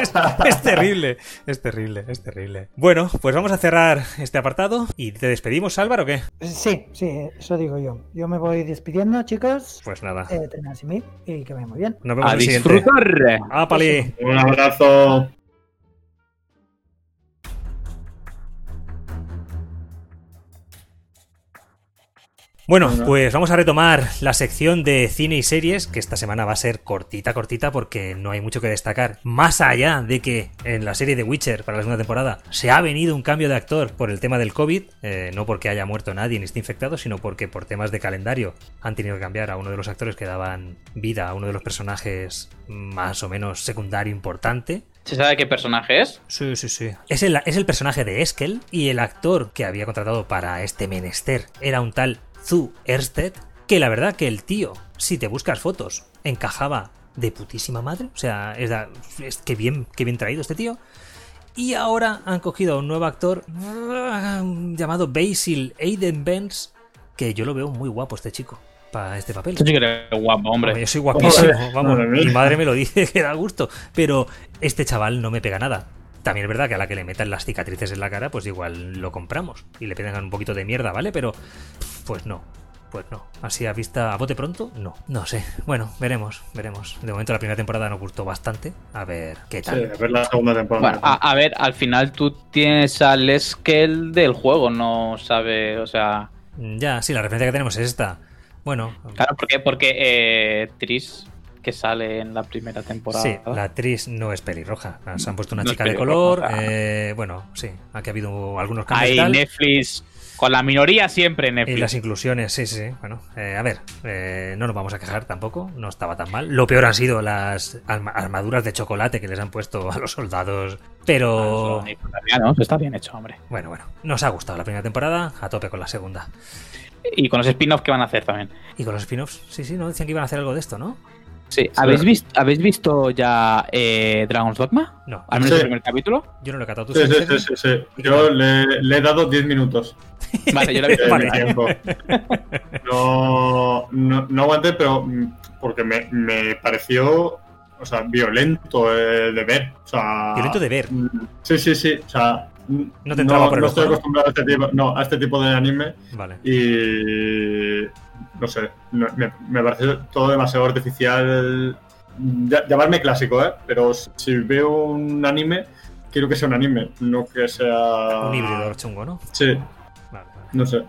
Speaker 5: Es, es terrible, es terrible, es terrible. Bueno, pues vamos a cerrar este apartado y te despedimos, Álvaro, ¿o qué?
Speaker 3: Sí, sí, eso digo yo. Yo me voy despidiendo, chicos.
Speaker 5: Pues nada,
Speaker 3: Eh, terminad sin mí y que vaya muy bien.
Speaker 5: nos vemos
Speaker 2: A
Speaker 5: en el siguiente.
Speaker 2: disfrutar.
Speaker 5: Ah, pali.
Speaker 4: Un abrazo.
Speaker 5: Bueno,
Speaker 4: Venga.
Speaker 5: pues vamos a retomar la sección de cine y series, que esta semana va a ser cortita, cortita, porque no hay mucho que destacar. Más allá de que en la serie de Witcher para la segunda temporada se ha venido un cambio de actor por el tema del COVID, eh, no porque haya muerto nadie ni esté infectado, sino porque por temas de calendario han tenido que cambiar a uno de los actores que daban vida a uno de los personajes más o menos secundario importante.
Speaker 2: ¿Se sabe qué personaje es?
Speaker 5: Sí, sí, sí. Es el, es el personaje de Eskel y el actor que había contratado para este menester era un tal Zu Ersted, que la verdad que el tío, si te buscas fotos, encajaba de putísima madre. O sea, es, da- es que bien, que bien traído este tío. Y ahora han cogido a un nuevo actor mm, llamado Basil Aiden Benz, que yo lo veo muy guapo este chico para este papel.
Speaker 2: Esto sí que era guapo,
Speaker 5: Hombre,
Speaker 2: hombre.
Speaker 5: Yo soy guapísimo,
Speaker 4: Hombre,
Speaker 5: vamos.
Speaker 4: madre mía.
Speaker 5: Mi madre me lo dice que da gusto. Pero este chaval no me pega nada. También es verdad que a la que le metan las cicatrices en la cara, pues igual lo compramos. Y le pegan un poquito de mierda, ¿vale? Pero, pues no. Pues no. Así a vista, a bote pronto, no. No sé. Bueno, veremos, veremos. De momento la primera temporada nos gustó bastante. A ver qué
Speaker 4: Sí,
Speaker 5: tal.
Speaker 4: a ver la segunda temporada.
Speaker 2: Bueno,
Speaker 5: ah,
Speaker 2: a, a ver, al final tú tienes al Skell del juego, no sabe, o sea...
Speaker 5: Ya, sí, la referencia que tenemos es esta. Bueno,
Speaker 2: Claro, ¿por qué? porque eh, Tris, que sale en la primera temporada...
Speaker 5: Sí, la actriz no es pelirroja. Se han puesto una
Speaker 2: No es
Speaker 5: chica de
Speaker 2: pelirroja.
Speaker 5: color. eh, bueno, sí, aquí ha habido algunos cambios. y
Speaker 2: Ahí
Speaker 5: tal.
Speaker 2: Netflix, con la minoría siempre
Speaker 5: Y las
Speaker 2: Netflix.
Speaker 5: inclusiones, sí, sí, sí. Bueno, eh, a ver, eh, no nos vamos a quejar tampoco, no estaba tan mal. Lo peor han sido las arma- armaduras de chocolate que les han puesto a los soldados. Pero,
Speaker 2: Ah, Eso, ni puta idea, ¿no? Eso está bien hecho, hombre.
Speaker 5: bueno, bueno, nos ha gustado la primera temporada, a tope con la segunda.
Speaker 2: Y con los spin-offs que van a hacer también.
Speaker 5: Y con los spin-offs, sí, sí, no decían que iban a hacer algo de esto, ¿no?
Speaker 2: Sí, ¿habéis, visto, ¿habéis visto ya eh, Dragon's Dogma?
Speaker 5: No,
Speaker 2: Al menos
Speaker 4: Sí.
Speaker 2: el primer capítulo.
Speaker 5: yo no lo he catado tú.
Speaker 4: Sí,
Speaker 5: sí,
Speaker 4: sí,
Speaker 5: sí?
Speaker 4: sí, sí, sí. Yo le, le he dado 10 minutos
Speaker 2: Vale, yo la he
Speaker 4: de
Speaker 2: visto.
Speaker 5: Vale.
Speaker 4: mi tiempo. No, no, no aguanté, pero mm, porque me, me pareció o sea, violento eh, de ver. O sea,
Speaker 5: Violento de ver.
Speaker 4: Mm, Sí, sí, sí. O sea, mm,
Speaker 5: No te entraba por el
Speaker 4: no
Speaker 5: ojo,
Speaker 4: estoy
Speaker 5: ¿no?
Speaker 4: acostumbrado a este tipo, no, a este tipo de anime
Speaker 5: Vale.
Speaker 4: y no sé, no- me, me parece todo demasiado artificial. Ya- Llamarme clásico, ¿eh? Pero si veo un anime, quiero que sea un anime, no que sea
Speaker 5: Un híbrido chungo, ¿no?
Speaker 4: Sí,
Speaker 5: Vale, vale.
Speaker 4: no sé.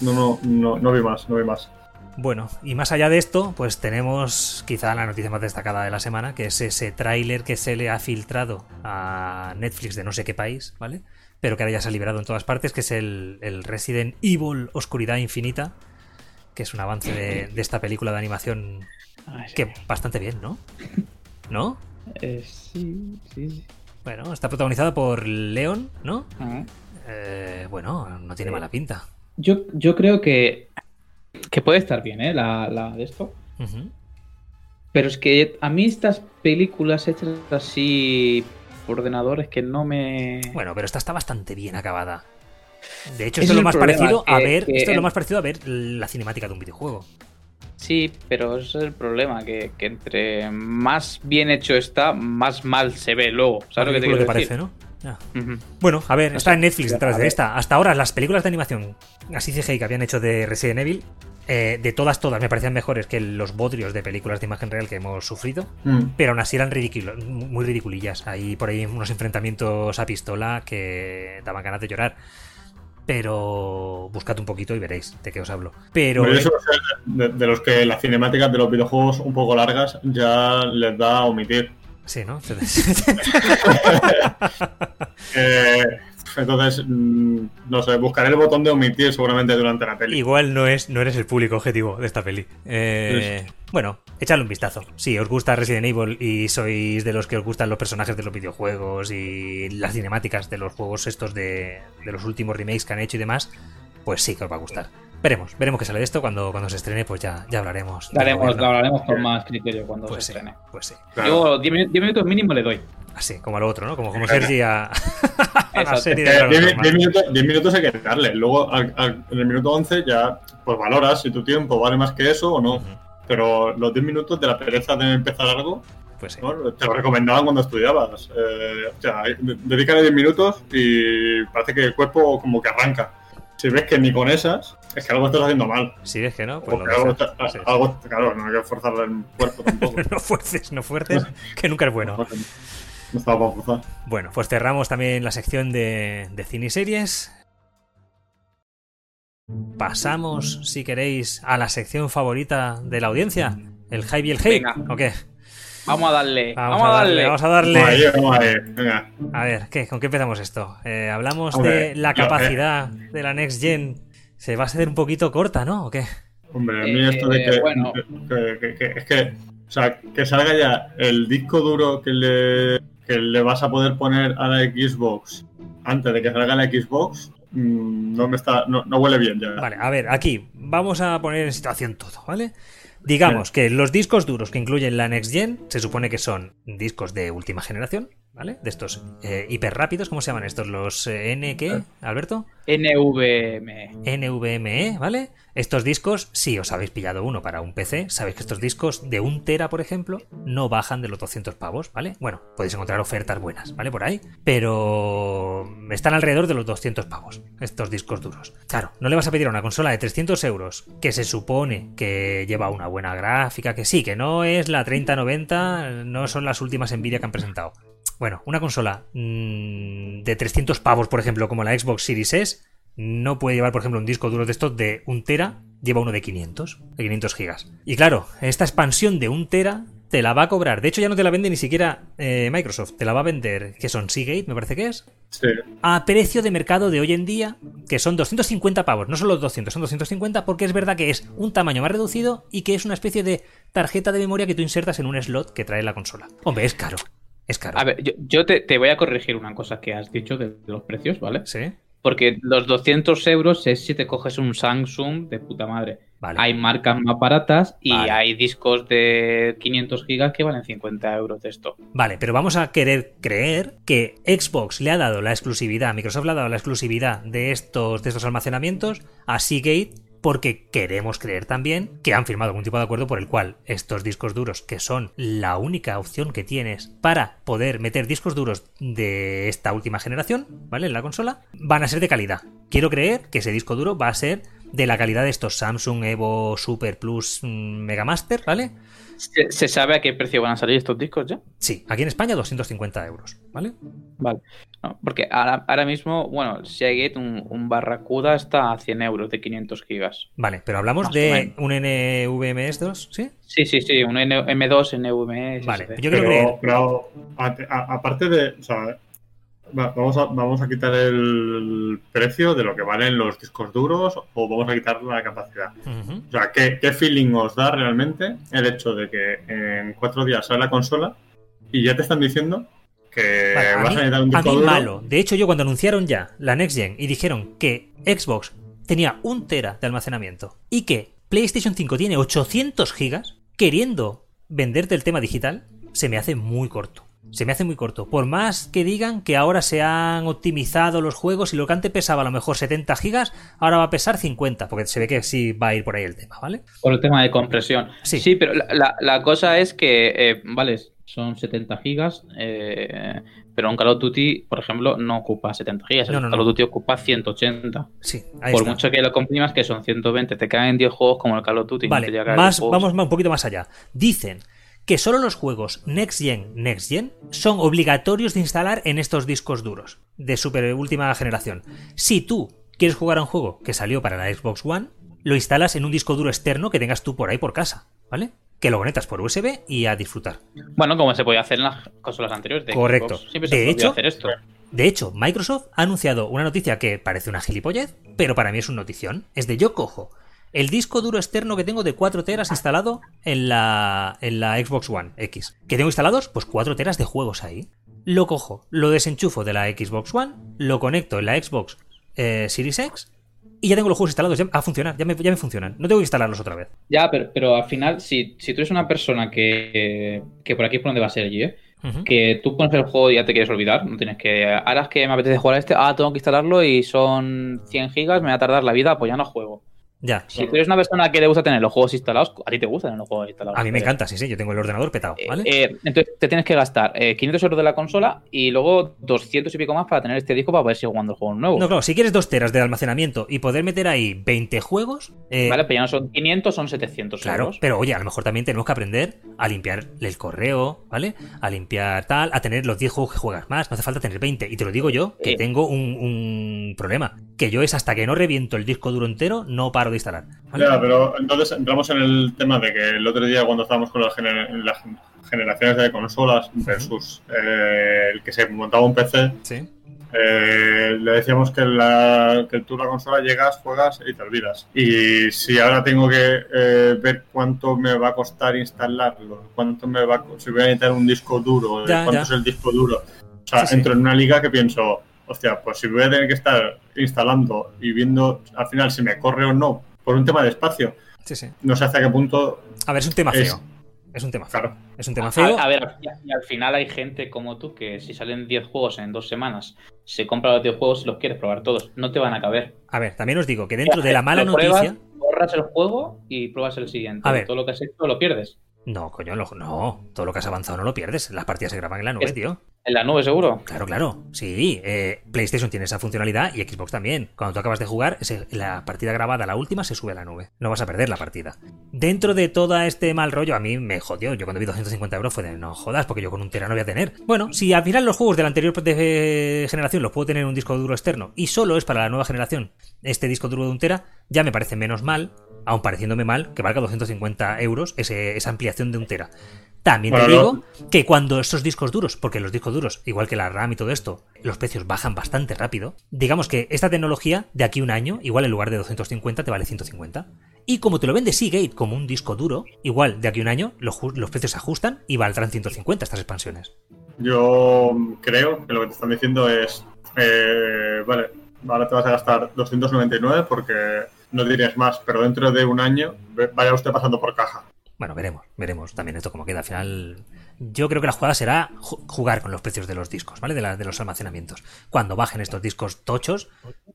Speaker 4: No, no, no, no vi más, no vi más.
Speaker 5: Bueno, y más allá de esto, pues tenemos quizá la noticia más destacada de la semana, que es ese tráiler que se le ha filtrado a Netflix de no sé qué país, ¿vale? Pero que ahora ya se ha liberado en todas partes, que es el, el Resident Evil Oscuridad Infinita, que es un avance de, de esta película de animación
Speaker 2: Ay, sí.
Speaker 5: que bastante bien, ¿no? ¿No?
Speaker 2: Eh, sí, sí, sí.
Speaker 5: Bueno, está protagonizada por Leon, ¿no?
Speaker 2: Ah.
Speaker 5: Eh, bueno, no tiene mala pinta.
Speaker 2: Yo, yo creo que, que puede estar bien, ¿eh? La, la de esto.
Speaker 5: Ujú.
Speaker 2: Pero es que a mí estas películas hechas así por ordenadores que no me.
Speaker 5: Bueno, pero esta está bastante bien acabada. De hecho, esto
Speaker 2: Ese
Speaker 5: es
Speaker 2: es
Speaker 5: lo
Speaker 2: el
Speaker 5: más
Speaker 2: problema,
Speaker 5: parecido a
Speaker 2: que-
Speaker 5: ver.
Speaker 2: que
Speaker 5: Esto es lo
Speaker 2: en-
Speaker 5: más parecido a ver la cinemática de un videojuego.
Speaker 2: Sí, pero ese es el problema, que, que entre más bien hecho está, más mal se ve luego. ¿Sabes lo que te
Speaker 5: Ridículo
Speaker 2: quiero
Speaker 5: que parece,
Speaker 2: decir?
Speaker 5: ¿no? Ya.
Speaker 2: Ujú.
Speaker 5: Bueno, a ver,
Speaker 2: No
Speaker 5: está
Speaker 2: sé,
Speaker 5: en Netflix
Speaker 2: pero,
Speaker 5: detrás
Speaker 2: a
Speaker 5: de
Speaker 2: ver.
Speaker 5: esta. Hasta ahora las películas de animación así CGI que habían hecho de Resident Evil, eh, de todas, todas, me parecían mejores que los bodrios de películas de imagen real que hemos sufrido.
Speaker 4: Mm.
Speaker 5: Pero aún así eran ridiculo- muy ridiculillas. Hay por ahí unos enfrentamientos a pistola que daban ganas de llorar. Pero buscad un poquito y veréis de qué os hablo. Pero
Speaker 4: Pero yo suelo ser de, de los que las cinemáticas de los videojuegos un poco largas ya les da a omitir.
Speaker 5: Sí, ¿no? Entonces-
Speaker 4: Eh, entonces, mm, no sé, buscaré el botón de omitir seguramente durante la peli.
Speaker 5: Igual no, es, no eres el público objetivo de esta peli. Eh,
Speaker 4: Pues-
Speaker 5: bueno, echadle un vistazo. Si os gusta Resident Evil y sois de los que os gustan los personajes de los videojuegos y las cinemáticas de los juegos estos de, de los últimos remakes que han hecho y demás, pues sí que os va a gustar. Veremos, veremos qué sale de esto. Cuando, cuando se estrene, pues ya, ya hablaremos. de
Speaker 2: Daremos,
Speaker 5: moverlo.
Speaker 2: lo hablaremos con más criterio cuando
Speaker 5: Pues
Speaker 2: se
Speaker 5: sí,
Speaker 2: estrene.
Speaker 5: pues sí.
Speaker 2: Yo 10 minu- 10 minutos mínimo le doy.
Speaker 5: Así, como al otro, ¿no? Como, como Sergi a, a la
Speaker 2: Exacto.
Speaker 5: serie de
Speaker 4: Eh,
Speaker 5: Dragon
Speaker 4: diez-
Speaker 5: Dogma.
Speaker 4: diez minutos- diez minutos hay que darle. Luego, al- al- en el minuto 11 ya, pues valoras si tu tiempo vale más que eso o no.
Speaker 5: Ujú,
Speaker 4: Pero los 10 minutos de la pereza de empezar algo,
Speaker 5: Pues sí.
Speaker 4: ¿no? te lo recomendaban cuando estudiabas. Eh, o sea, de- dedícale 10 minutos y parece que el cuerpo como que arranca. Si ves que ni con esas, es que algo estás haciendo mal.
Speaker 5: Si ves que no, pues lo
Speaker 4: Porque algo,
Speaker 5: dejas.
Speaker 4: está-
Speaker 5: Sí, sí.
Speaker 4: algo- claro, no hay que forzar el cuerpo tampoco.
Speaker 5: No fuerces, no fuerces, que nunca es bueno.
Speaker 4: no estaba para forzar.
Speaker 5: Bueno, pues cerramos también la sección de, de cine y series. Pasamos, si queréis, a la sección favorita de la audiencia, el hype y el hate.
Speaker 2: Venga.
Speaker 5: ¿O qué?
Speaker 2: Vamos a darle, vamos, a darle.
Speaker 5: Vamos a darle.
Speaker 4: Ahí, vamos ahí, venga.
Speaker 5: A ver, ¿qué? ¿con qué empezamos esto? Eh, hablamos
Speaker 4: Hombre,
Speaker 5: de la
Speaker 4: yo, eh.
Speaker 5: capacidad de la Next Gen. Se va a hacer un poquito corta, ¿no? ¿O qué?
Speaker 4: Hombre, a mí
Speaker 2: Eh,
Speaker 4: esto de que,
Speaker 2: bueno.
Speaker 4: que- que- que- es que, o sea, que salga ya el disco duro que le, que le vas a poder poner a la Xbox antes de que salga la Xbox, mm, no me está, no, no huele bien ya.
Speaker 5: Vale, a ver, aquí vamos a poner en situación todo, ¿vale? Digamos que los discos duros que incluyen la Next Gen se supone que son discos de última generación, ¿vale? De estos eh, hiper rápidos, ¿cómo se llaman estos? Los eh, N, ¿qué, Alberto?
Speaker 2: NVMe.
Speaker 5: NVMe, E, ¿vale? Estos discos, si os habéis pillado uno para un PC, sabéis que estos discos de un tera, por ejemplo, no bajan de los 200 pavos, ¿vale? Bueno, podéis encontrar ofertas buenas, ¿vale? Por ahí, pero están alrededor de los 200 pavos, estos discos duros. Claro, no le vas a pedir a una consola de 300 euros, que se supone que lleva una buena gráfica, que sí, que no es la 3090, no son las últimas Nvidia que han presentado. Bueno, una consola mm, de 300 pavos, por ejemplo, como la Xbox Series S, no puede llevar, por ejemplo, un disco duro de estos de 1 tera, lleva uno de 500, de 500 gigas. Y claro, esta expansión de 1 tera te la va a cobrar. De hecho, ya no te la vende ni siquiera eh, Microsoft, te la va a vender, que son Seagate, me parece que es,
Speaker 4: Sí,
Speaker 5: a precio de mercado de hoy en día, que son 250 pavos, no son los 200, son 250 porque es verdad que es un tamaño más reducido y que es una especie de tarjeta de memoria que tú insertas en un slot que trae la consola. Hombre, es caro, es caro.
Speaker 2: A ver, yo, yo te, te voy a corregir una cosa que has dicho de los precios, ¿vale?
Speaker 5: ¿Sí?
Speaker 2: Porque los 200 euros es si te coges un Samsung de puta madre.
Speaker 5: Vale.
Speaker 2: Hay marcas más baratas y
Speaker 5: Vale.
Speaker 2: hay discos de 500 gigas que valen 50 euros de esto.
Speaker 5: Vale, pero vamos a querer creer que Xbox le ha dado la exclusividad, Microsoft le ha dado la exclusividad de estos, de estos almacenamientos a Seagate porque queremos creer también que han firmado algún tipo de acuerdo por el cual estos discos duros, que son la única opción que tienes para poder meter discos duros de esta última generación, ¿vale? En la consola, van a ser de calidad. Quiero creer que ese disco duro va a ser de la calidad de estos Samsung Evo Super Plus mm, Megamaster, ¿vale?
Speaker 2: ¿Se, se sabe a qué precio van a salir estos discos ya?
Speaker 5: Sí, aquí en España 250 euros, ¿vale?
Speaker 2: Vale. No, porque ahora, ahora mismo, bueno, Seagate, un, un Barracuda está a 100 euros de 500 gigas.
Speaker 5: Vale, pero hablamos
Speaker 2: Más
Speaker 5: de
Speaker 2: o
Speaker 5: un NVMe2, ¿sí?
Speaker 2: Sí, sí, sí, un N- M2, NVMe.
Speaker 5: Vale,
Speaker 2: SSD.
Speaker 5: yo quiero creer.
Speaker 4: pero, pero a- a- aparte de, o sea, va- vamos a, vamos a quitar el precio de lo que valen los discos duros o vamos a quitar la capacidad.
Speaker 5: Ujú,
Speaker 4: O sea, ¿qué, qué feeling os da realmente el hecho de que en cuatro días sale la consola y ya te están diciendo que
Speaker 5: Vale, a
Speaker 4: eh, vas
Speaker 5: mí-
Speaker 4: a necesitar un
Speaker 5: A
Speaker 4: disco
Speaker 5: mí
Speaker 4: duro?
Speaker 5: malo. De hecho, yo cuando anunciaron ya la Next Gen y dijeron que Xbox tenía un tera de almacenamiento y que PlayStation 5 tiene 800 gigas, queriendo venderte el tema digital, se me hace muy corto. Se me hace muy corto. Por más que digan que ahora se han optimizado los juegos y lo que antes pesaba a lo mejor 70 gigas, ahora va a pesar 50, porque se ve que sí va a ir por ahí el tema, ¿vale?
Speaker 2: Por el tema de compresión.
Speaker 5: Sí.
Speaker 2: Sí, pero la, la- la cosa es que, eh, vale, son 70 gigas, eh, pero un Call of Duty, por ejemplo, no ocupa 70 gigas.
Speaker 5: No,
Speaker 2: un
Speaker 5: no,
Speaker 2: Call
Speaker 5: no.
Speaker 2: of Duty ocupa 180.
Speaker 5: Sí, ahí
Speaker 2: por
Speaker 5: está.
Speaker 2: mucho que lo comprimas, que son 120, te caen 10 juegos como el Call of Duty. no te
Speaker 5: Vale,
Speaker 2: llega a
Speaker 5: más,
Speaker 2: 10 juegos.
Speaker 5: vamos más- un poquito más allá. Dicen que solo los juegos Next Gen, Next Gen son obligatorios de instalar en estos discos duros de super última generación. Si tú quieres jugar a un juego que salió para la Xbox One, lo instalas en un disco duro externo que tengas tú por ahí por casa, ¿vale? Que lo conectas por USB y a disfrutar.
Speaker 2: Bueno, como se podía hacer en las consolas anteriores. De
Speaker 5: Correcto.
Speaker 2: Xbox. Siempre se
Speaker 5: De
Speaker 2: podía
Speaker 5: hecho-
Speaker 2: hacer esto.
Speaker 5: De hecho, Microsoft ha anunciado una noticia que parece una gilipollez, pero para mí es un notición. Es de yo cojo el disco duro externo que tengo de 4 teras instalado en la, en la Xbox One X. Que tengo instalados pues 4 teras de juegos ahí. Lo cojo, lo desenchufo de la Xbox One, lo conecto en la Xbox eh, Series X Y ya tengo los juegos instalados, ya, a funcionar, ya me, ya me funcionan. No tengo que instalarlos otra vez.
Speaker 2: Ya, pero, pero al final, si, si tú eres una persona que, que por aquí es por donde va a ser yo, ¿eh?
Speaker 5: Ujú.
Speaker 2: que tú pones el juego y ya te quieres olvidar, no tienes que... Ahora es que me apetece jugar a este, ah, tengo que instalarlo y son 100 gigas, me va a tardar la vida, pues ya no juego.
Speaker 5: Ya.
Speaker 2: Si tú eres una persona que le gusta tener los juegos instalados, a ti te gustan los juegos instalados.
Speaker 5: A mí me
Speaker 2: Pero-
Speaker 5: encanta, sí, sí, yo tengo el ordenador petado,
Speaker 2: Eh,
Speaker 5: ¿vale?
Speaker 2: eh, entonces te tienes que gastar eh, 500 euros de la consola y luego 200 y pico más para tener este disco para poder seguir jugando el juego nuevo.
Speaker 5: No, claro, si quieres dos teras de almacenamiento y poder meter ahí 20 juegos, eh,
Speaker 2: Vale, pero ya no son 500, son 700
Speaker 5: claro,
Speaker 2: euros.
Speaker 5: pero oye, a lo mejor también tenemos que aprender a limpiar el correo, ¿vale? A limpiar tal, a tener los 10 juegos que juegas más, no hace falta tener 20. Y te lo digo yo, que
Speaker 2: Eh.
Speaker 5: tengo un, un problema, que yo es hasta que no reviento el disco duro entero, no paro de instalar. ¿vale?
Speaker 4: Ya, pero entonces entramos en el tema de que el otro día cuando estábamos con las, gener- las generaciones de consolas versus eh, el que se montaba un PC,
Speaker 5: Sí.
Speaker 4: eh, le decíamos que, la, que tú la consola llegas, juegas y te olvidas. Y si ahora tengo que eh, ver cuánto me va a costar instalarlo, cuánto me va a co- si voy a necesitar un disco duro, de
Speaker 5: Ya,
Speaker 4: cuánto
Speaker 5: ya.
Speaker 4: es el disco duro. O sea,
Speaker 5: Sí, sí.
Speaker 4: entro en una liga que pienso, hostia, pues si voy a tener que estar instalando y viendo al final si me corre o no por un tema de espacio
Speaker 5: Sí, sí.
Speaker 4: no sé hasta qué punto.
Speaker 5: A ver, es un tema
Speaker 4: Es-
Speaker 5: feo. Es un tema feo.
Speaker 4: Claro.
Speaker 5: Es un tema
Speaker 2: A,
Speaker 5: feo.
Speaker 2: a ver, y, y al final hay gente como tú que si salen 10 juegos en dos semanas, se compra los 10 juegos y los quieres probar todos. No te van a caber.
Speaker 5: A ver, también os digo que dentro de la mala
Speaker 2: Lo pruebas,
Speaker 5: noticia...
Speaker 2: Borras el juego y pruebas el siguiente.
Speaker 5: A ver.
Speaker 2: Todo lo que has hecho lo pierdes.
Speaker 5: No, coño, lo- no. Todo lo que has avanzado no lo pierdes. Las partidas se graban en la nube,
Speaker 2: Es-
Speaker 5: tío.
Speaker 2: En la nube, seguro.
Speaker 5: Claro, claro. Sí, eh, PlayStation tiene esa funcionalidad y Xbox también. Cuando tú acabas de jugar, se- la partida grabada, la última, se sube a la nube. No vas a perder la partida. Dentro de todo este mal rollo, a mí me jodió. Yo cuando vi 250 euros fue de no jodas, porque yo con un tera no voy a tener. Bueno, si al final los juegos de la anterior de- generación los puedo tener en un disco duro externo y solo es para la nueva generación este disco duro de un tera, ya me parece menos mal, aun pareciéndome mal, que valga 250 euros ese- esa ampliación de un tera. También te
Speaker 4: Bueno,
Speaker 5: digo
Speaker 4: no-
Speaker 5: que cuando estos discos duros, porque los discos duros, igual que la RAM y todo esto, los precios bajan bastante rápido, digamos que esta tecnología de aquí a un año, igual en lugar de 250 te vale 150. Y como te lo vende Seagate como un disco duro, igual de aquí a un año los, ju- los precios se ajustan y valdrán 150 estas expansiones.
Speaker 4: Yo creo que lo que te están diciendo es, eh, vale, ahora te vas a gastar 299 porque no tienes más, pero dentro de un año ve- vaya usted pasando por caja.
Speaker 5: Bueno, veremos, veremos también esto como queda. Al final, yo creo que la jugada será ju- jugar con los precios de los discos, ¿vale? De, la- de los almacenamientos. Cuando bajen estos discos tochos,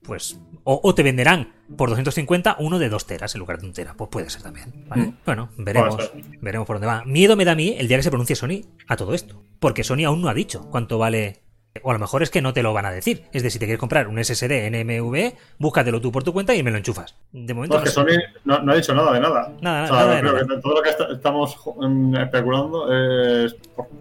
Speaker 5: pues. O, o te venderán por 250 uno de 2 teras en lugar de un tera. Pues puede ser también, ¿vale?
Speaker 4: Mm.
Speaker 5: Bueno, veremos, veremos por dónde va. Miedo me da a mí el día que se pronuncie Sony a todo esto. Porque Sony aún no ha dicho cuánto vale. O a lo mejor es que no te lo van a decir. Es decir, si te quieres comprar un SSD NMV, búscatelo tú por tu cuenta y me lo enchufas. De momento.
Speaker 4: No, es que
Speaker 5: no sé.
Speaker 4: Sony no, no ha dicho nada de nada.
Speaker 5: Nada,
Speaker 4: O sea,
Speaker 5: Ah, nada de
Speaker 4: creo
Speaker 5: nada.
Speaker 4: que todo lo que esta- estamos mm, especulando es porque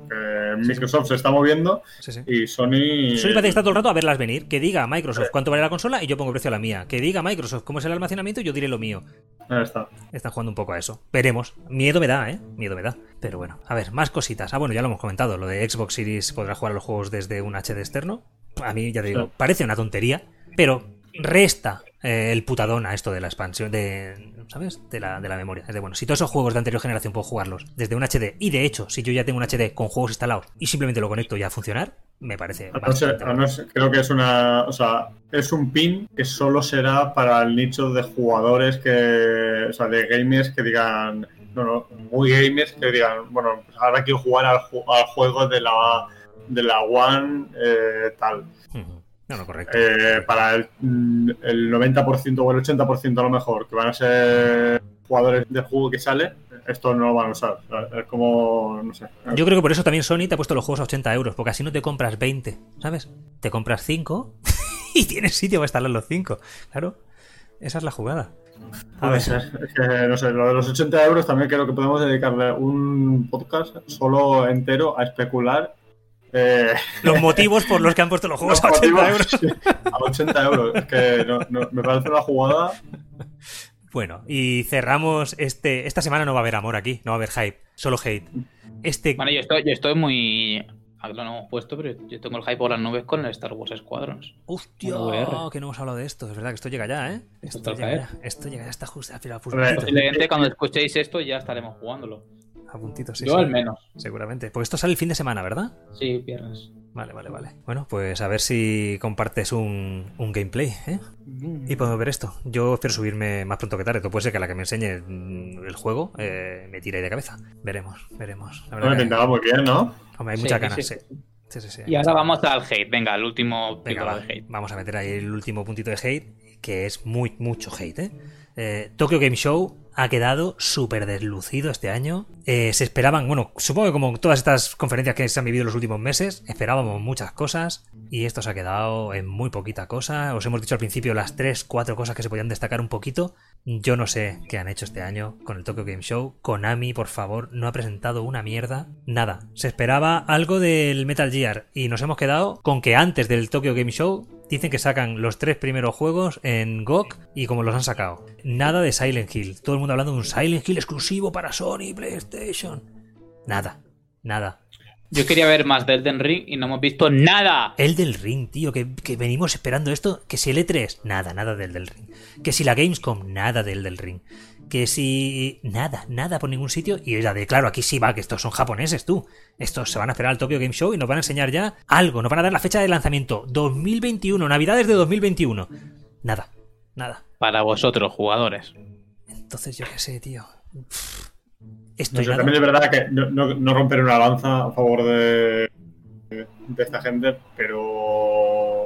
Speaker 4: Microsoft se está moviendo
Speaker 5: Sí, sí.
Speaker 4: y Sony...
Speaker 5: Sony parece que está todo el rato a verlas venir. Que diga
Speaker 4: eh.
Speaker 5: Microsoft cuánto vale la consola y yo pongo precio a la mía. Que diga Microsoft cómo es el almacenamiento y yo diré lo mío.
Speaker 4: Ahí está.
Speaker 5: Están jugando un poco a eso. Veremos. Miedo me da, ¿eh? Miedo me da. Pero bueno. A ver, más cositas. Ah, bueno, ya lo hemos comentado. Lo de Xbox Series podrá jugar a los juegos desde un HD externo. A mí, ya te digo,
Speaker 4: Sí.
Speaker 5: parece una tontería. Pero resta eh, el putadón a esto de la expansión de... ¿Sabes? De la, de la memoria. Es de, bueno, si todos esos juegos de anterior generación puedo jugarlos desde un HD, y de hecho, si yo ya tengo un HD con juegos instalados y simplemente lo conecto ya a funcionar, me parece...
Speaker 4: A no ser-
Speaker 5: bastante
Speaker 4: a no ser- creo que es una. O sea, es un pin que solo será para el nicho de jugadores que. O sea, de gamers que digan. No, no, muy gamers que digan, bueno, pues ahora quiero jugar al, ju- al juego de la de la One eh, tal.
Speaker 5: Ujú. No, no, correcto.
Speaker 4: Eh, para el, mm, el 90% o el 80% a lo mejor, que van a ser jugadores del juego que sale, esto no lo van a usar. Es como, no sé.
Speaker 2: Eh,
Speaker 5: Yo creo que por eso también Sony te ha puesto los juegos a 80 euros, porque así no te compras 20, ¿sabes? Te compras 5 y tienes sitio para instalar los 5. Claro, esa es la jugada. A ver.
Speaker 4: Puede ser. Es que, eh, no sé, lo de los 80 euros también creo que podemos dedicarle un podcast solo entero a especular. eh,
Speaker 5: Los motivos por los que han puesto los juegos a
Speaker 4: los
Speaker 5: 80 euros.
Speaker 4: motivos- A 80 euros. Es que no- no- me parece una jugada.
Speaker 5: Bueno, y cerramos este... Esta semana no va a haber amor aquí, no va a haber hype, solo hate. Este...
Speaker 2: Bueno, yo estoy, yo estoy muy. ahora Lo hemos puesto, pero yo tengo el hype por las nubes con el Star Wars Squadrons.
Speaker 5: ¡Hostia!
Speaker 2: una VR.
Speaker 5: Que no hemos hablado de esto. Es verdad que esto llega ya, ¿eh?
Speaker 2: Esto
Speaker 5: Esto
Speaker 2: toca,
Speaker 5: llega
Speaker 2: ¿eh?
Speaker 5: ya. Esto llega ya está justo al final, a
Speaker 4: A ver,
Speaker 5: puntito.
Speaker 2: Posiblemente cuando escuchéis esto ya estaremos jugándolo.
Speaker 5: A puntito, sí,
Speaker 2: yo
Speaker 5: sí,
Speaker 2: al menos.
Speaker 5: Seguramente. Porque esto sale el fin de semana, ¿verdad?
Speaker 2: Sí, viernes.
Speaker 5: Vale, vale, vale. Bueno, pues a ver si compartes un, un gameplay, ¿eh? Y podemos ver esto. Yo espero subirme más pronto que tarde. Todo puede ser que a la que me enseñe mm, el juego eh, me tire ahí de cabeza. Veremos, veremos. La
Speaker 4: Lo
Speaker 5: verdad que-
Speaker 4: intentaba muy bien, ¿no?
Speaker 5: hombre, hay
Speaker 2: Sí,
Speaker 5: muchas
Speaker 2: sí,
Speaker 5: ganas, sí.
Speaker 2: sí.
Speaker 5: Sí, sí, sí.
Speaker 2: Y ahora vamos al hate. Venga, el último
Speaker 5: Venga,
Speaker 2: píldora
Speaker 5: va,
Speaker 2: de hate.
Speaker 5: vamos a meter ahí el último puntito de hate, que es muy, mucho hate, ¿eh? Eh, Tokyo Game Show ha quedado súper deslucido este año. Eh, se esperaban, bueno, supongo que como todas estas conferencias que se han vivido en los últimos meses, esperábamos muchas cosas y esto se ha quedado en muy poquita cosa. Os hemos dicho al principio las 3, 4 cosas que se podían destacar un poquito. Yo no sé qué han hecho este año con el Tokyo Game Show. Konami, por favor, no ha presentado una mierda. Nada. Se esperaba algo del Metal Gear y nos hemos quedado con que antes del Tokyo Game Show dicen que sacan los tres primeros juegos en GOG y como los han sacado. Nada de Silent Hill. Todo el mundo hablando de un Silent Hill exclusivo para Sony y PlayStation. Nada. Nada.
Speaker 2: Yo quería ver más del Elden Ring y no hemos visto nada.
Speaker 5: El del Ring, tío, que, que venimos esperando esto. Que si el E3, nada, nada del del Ring. Que si la Gamescom, nada del del Ring. Que si. Nada, nada por ningún sitio. Y ya de claro, aquí sí va, que estos son japoneses, tú. Estos se van a esperar al Tokyo Game Show y nos van a enseñar ya algo. Nos van a dar la fecha de lanzamiento: 2021, Navidades de 2021. Nada, nada.
Speaker 2: Para vosotros, jugadores.
Speaker 5: Entonces, yo qué sé, tío. Pff, Esto
Speaker 4: No
Speaker 5: y
Speaker 4: sé,
Speaker 5: nada.
Speaker 4: también es verdad que no, no- no romper una lanza a favor de, de esta gente,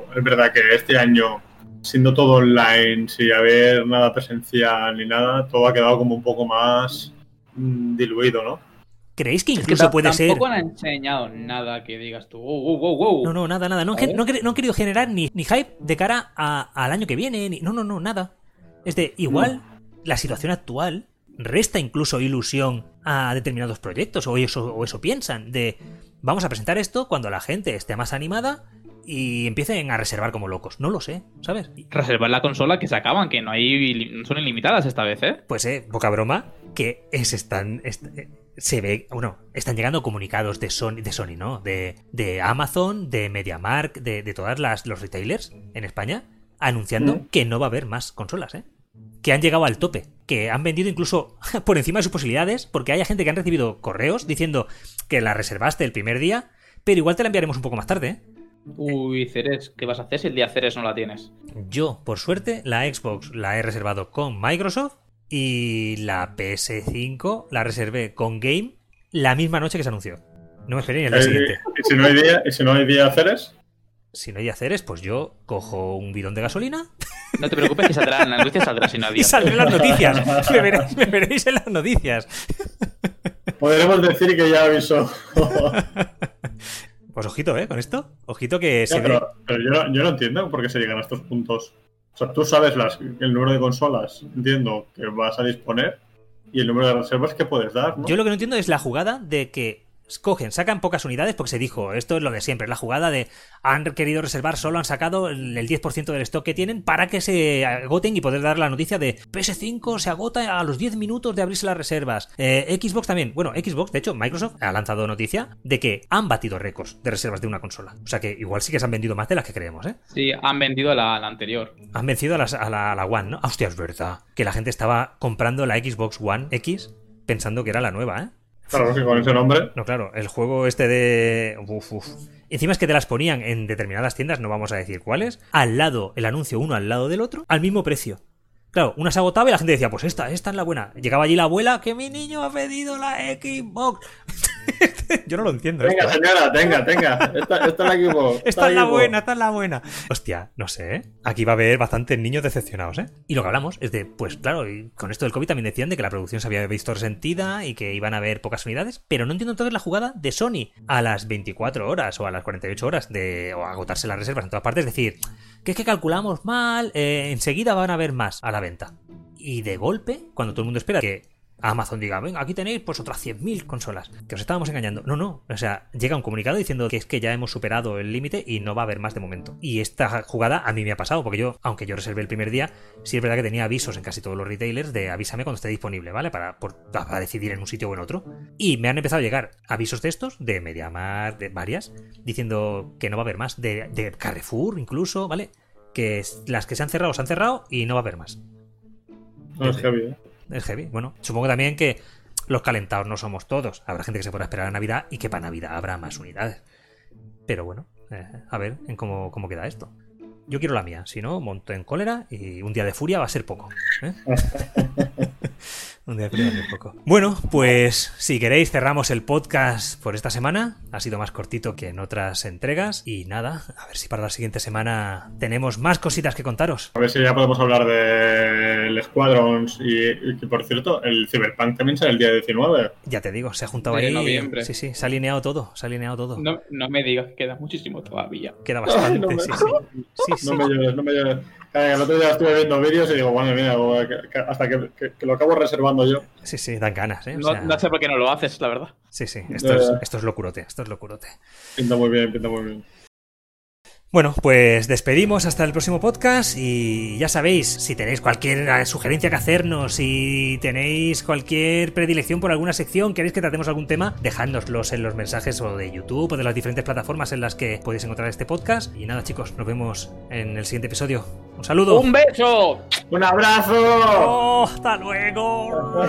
Speaker 4: pero es verdad que este año, siendo todo online, sin haber nada presencial ni nada, todo ha quedado como un poco más mm, diluido, ¿no?
Speaker 5: ¿Creéis que
Speaker 2: Es que
Speaker 5: incluso
Speaker 2: ta-
Speaker 5: puede ser.?
Speaker 2: Tampoco han enseñado nada que digas tú. Uh, wow, wow, wow, wow.
Speaker 5: No, no, nada, nada. No, han
Speaker 2: A
Speaker 5: gen-
Speaker 2: ver.
Speaker 5: no, han quer- no han querido generar ni, ni hype de cara a- al año que viene. Ni, no, no, no, nada. Es de, igual, la situación actual resta incluso ilusión a determinados proyectos, o eso, o eso piensan, de vamos a presentar esto cuando la gente esté más animada y empiecen a reservar como locos. No lo sé, ¿sabes? Y-
Speaker 2: Reservar la consola que se acaban, que no hay no son ilimitadas esta vez, ¿eh?
Speaker 5: Pues, eh, poca broma, que es están. est- eh, se ve, bueno, están llegando comunicados de Sony, de Sony, ¿no? De, de Amazon, de MediaMark, de, de todas las los retailers en España, anunciando
Speaker 4: Mm.
Speaker 5: que no va a haber más consolas, ¿eh? Que han llegado al tope, que han vendido incluso por encima de sus posibilidades, porque hay gente que han recibido correos diciendo que la reservaste el primer día, pero igual te la enviaremos un poco más tarde, ¿eh?
Speaker 2: Uy, Ceres, ¿qué vas a hacer si el día Ceres no la tienes?
Speaker 5: Yo, por suerte, la Xbox la he reservado con Microsoft y la PS5 la reservé con Game la misma noche que se anunció. No me esperé ni el día
Speaker 4: Eh,
Speaker 5: siguiente.
Speaker 4: y si no hay día, y si no hay día Ceres,
Speaker 5: Si no hay haceres, pues yo cojo un bidón de gasolina
Speaker 2: No te preocupes que saldrá, en la noticia saldrá sin nadie.
Speaker 5: y saldré en las noticias. Me veréis, me veréis en las noticias.
Speaker 4: podremos decir que ya avisó.
Speaker 5: Pues ojito, ¿eh? Con esto. Ojito que se ve.
Speaker 4: pero pero yo, no, yo no entiendo por qué se llegan a estos puntos. O sea, tú sabes las, el número de consolas, entiendo, que vas a disponer y el número de reservas que puedes dar, ¿no?
Speaker 5: Yo lo que no entiendo es la jugada de que cogen, sacan pocas unidades porque se dijo, esto es lo de siempre, la jugada de han querido reservar, solo han sacado el el 10% del stock que tienen para que se agoten y poder dar la noticia de PS5 se agota a los 10 minutos de abrirse las reservas. Eh, Xbox también, bueno, Xbox, de hecho, Microsoft ha lanzado noticia de que han batido récords de reservas de una consola. O sea que igual sí que se han vendido más de las que creemos, ¿eh?
Speaker 2: Sí, han vendido la, la anterior.
Speaker 5: Han vencido a, las- a la, a la One, ¿no? Ah, Hostia, es verdad. Que la gente estaba comprando la Xbox One X pensando que era la nueva, ¿eh?
Speaker 4: Claro, que con ese nombre.
Speaker 5: No, claro, el juego este de. Uf, uf. Encima es que te las ponían en determinadas tiendas, no vamos a decir cuáles, al lado, el anuncio uno al lado del otro, al mismo precio. Claro, una se agotaba y la gente decía, pues esta, esta es la buena. Llegaba allí la abuela, que mi niño ha pedido la Xbox. Yo no lo entiendo. esto. ¿eh?
Speaker 4: Venga, señora, tenga, tenga. Esta, esta es la equipo.
Speaker 5: Esta es la buena, esta es la buena. Hostia, no sé, ¿eh? Aquí va a haber bastantes niños decepcionados, ¿eh? Y lo que hablamos es de, pues claro, y con esto del COVID también decían de que la producción se había visto resentida y que iban a haber pocas unidades, pero no entiendo entonces la jugada de Sony a las 24 horas o a las 48 horas de o agotarse las reservas en todas partes, es decir, que es que calculamos mal, eh, enseguida van a haber más a la venta. Y de golpe, cuando todo el mundo espera que Amazon diga, venga, aquí tenéis pues otras 100.000 consolas, que os estábamos engañando. No, no, o sea, llega un comunicado diciendo que es que ya hemos superado el límite y no va a haber más de momento. Y esta jugada a mí me ha pasado, porque yo, aunque yo reservé el primer día, sí es verdad que tenía avisos en casi todos los retailers de avísame cuando esté disponible, ¿vale? Para, por- para decidir en un sitio o en otro. Y me han empezado a llegar avisos de estos, de MediaMar, de varias, diciendo que no va a haber más, de, de Carrefour incluso, ¿vale? Que es- las que se han cerrado se han cerrado y no va a haber más.
Speaker 4: No, es heavy, ¿eh?
Speaker 5: Es heavy. Bueno, supongo también que los calentados no somos todos. Habrá gente que se podrá esperar a Navidad y que para Navidad habrá más unidades. Pero bueno, eh, a ver en cómo, cómo queda esto. Yo quiero la mía, si no, monto en cólera y un día de furia va a ser poco. ¿eh? un día de furia va a ser poco. Bueno, pues si queréis cerramos el podcast por esta semana. Ha sido más cortito que en otras entregas. Y nada, a ver si para la siguiente semana tenemos más cositas que contaros.
Speaker 4: A ver si ya podemos hablar del Squadrons y, y que, por cierto, el Cyberpunk también sale el día 19.
Speaker 5: Ya te digo, se ha juntado
Speaker 2: De
Speaker 5: ahí.
Speaker 2: noviembre.
Speaker 5: Sí, sí, se ha alineado todo, se ha alineado todo.
Speaker 2: No, no me digas que queda muchísimo todavía.
Speaker 5: Queda bastante,
Speaker 4: no me-
Speaker 5: sí, sí. Sí, sí.
Speaker 4: No me llores, no me llores. Eh, El otro día estuve viendo vídeos y digo, bueno, mira, o- que- que- hasta que, que- que lo acabo reservando yo.
Speaker 5: Sí, sí, dan ganas, ¿eh? O
Speaker 2: No,
Speaker 5: sea,
Speaker 2: no sé por qué no lo haces, la verdad.
Speaker 5: Sí, sí, esto es,
Speaker 4: Ya, ya.
Speaker 5: esto es locurote, esto es locurote.
Speaker 4: Pinta muy bien, pinta muy bien.
Speaker 5: Bueno, pues despedimos hasta el próximo podcast y ya sabéis, si tenéis cualquier eh, sugerencia que hacernos, si tenéis cualquier predilección por alguna sección, queréis que tratemos algún tema, dejádnoslos en los mensajes o de YouTube o de las diferentes plataformas en las que podéis encontrar este podcast. Y nada chicos, nos vemos en el siguiente episodio. Un saludo.
Speaker 2: ¡Un beso!
Speaker 4: ¡Un abrazo!
Speaker 5: ¡Oh, hasta luego.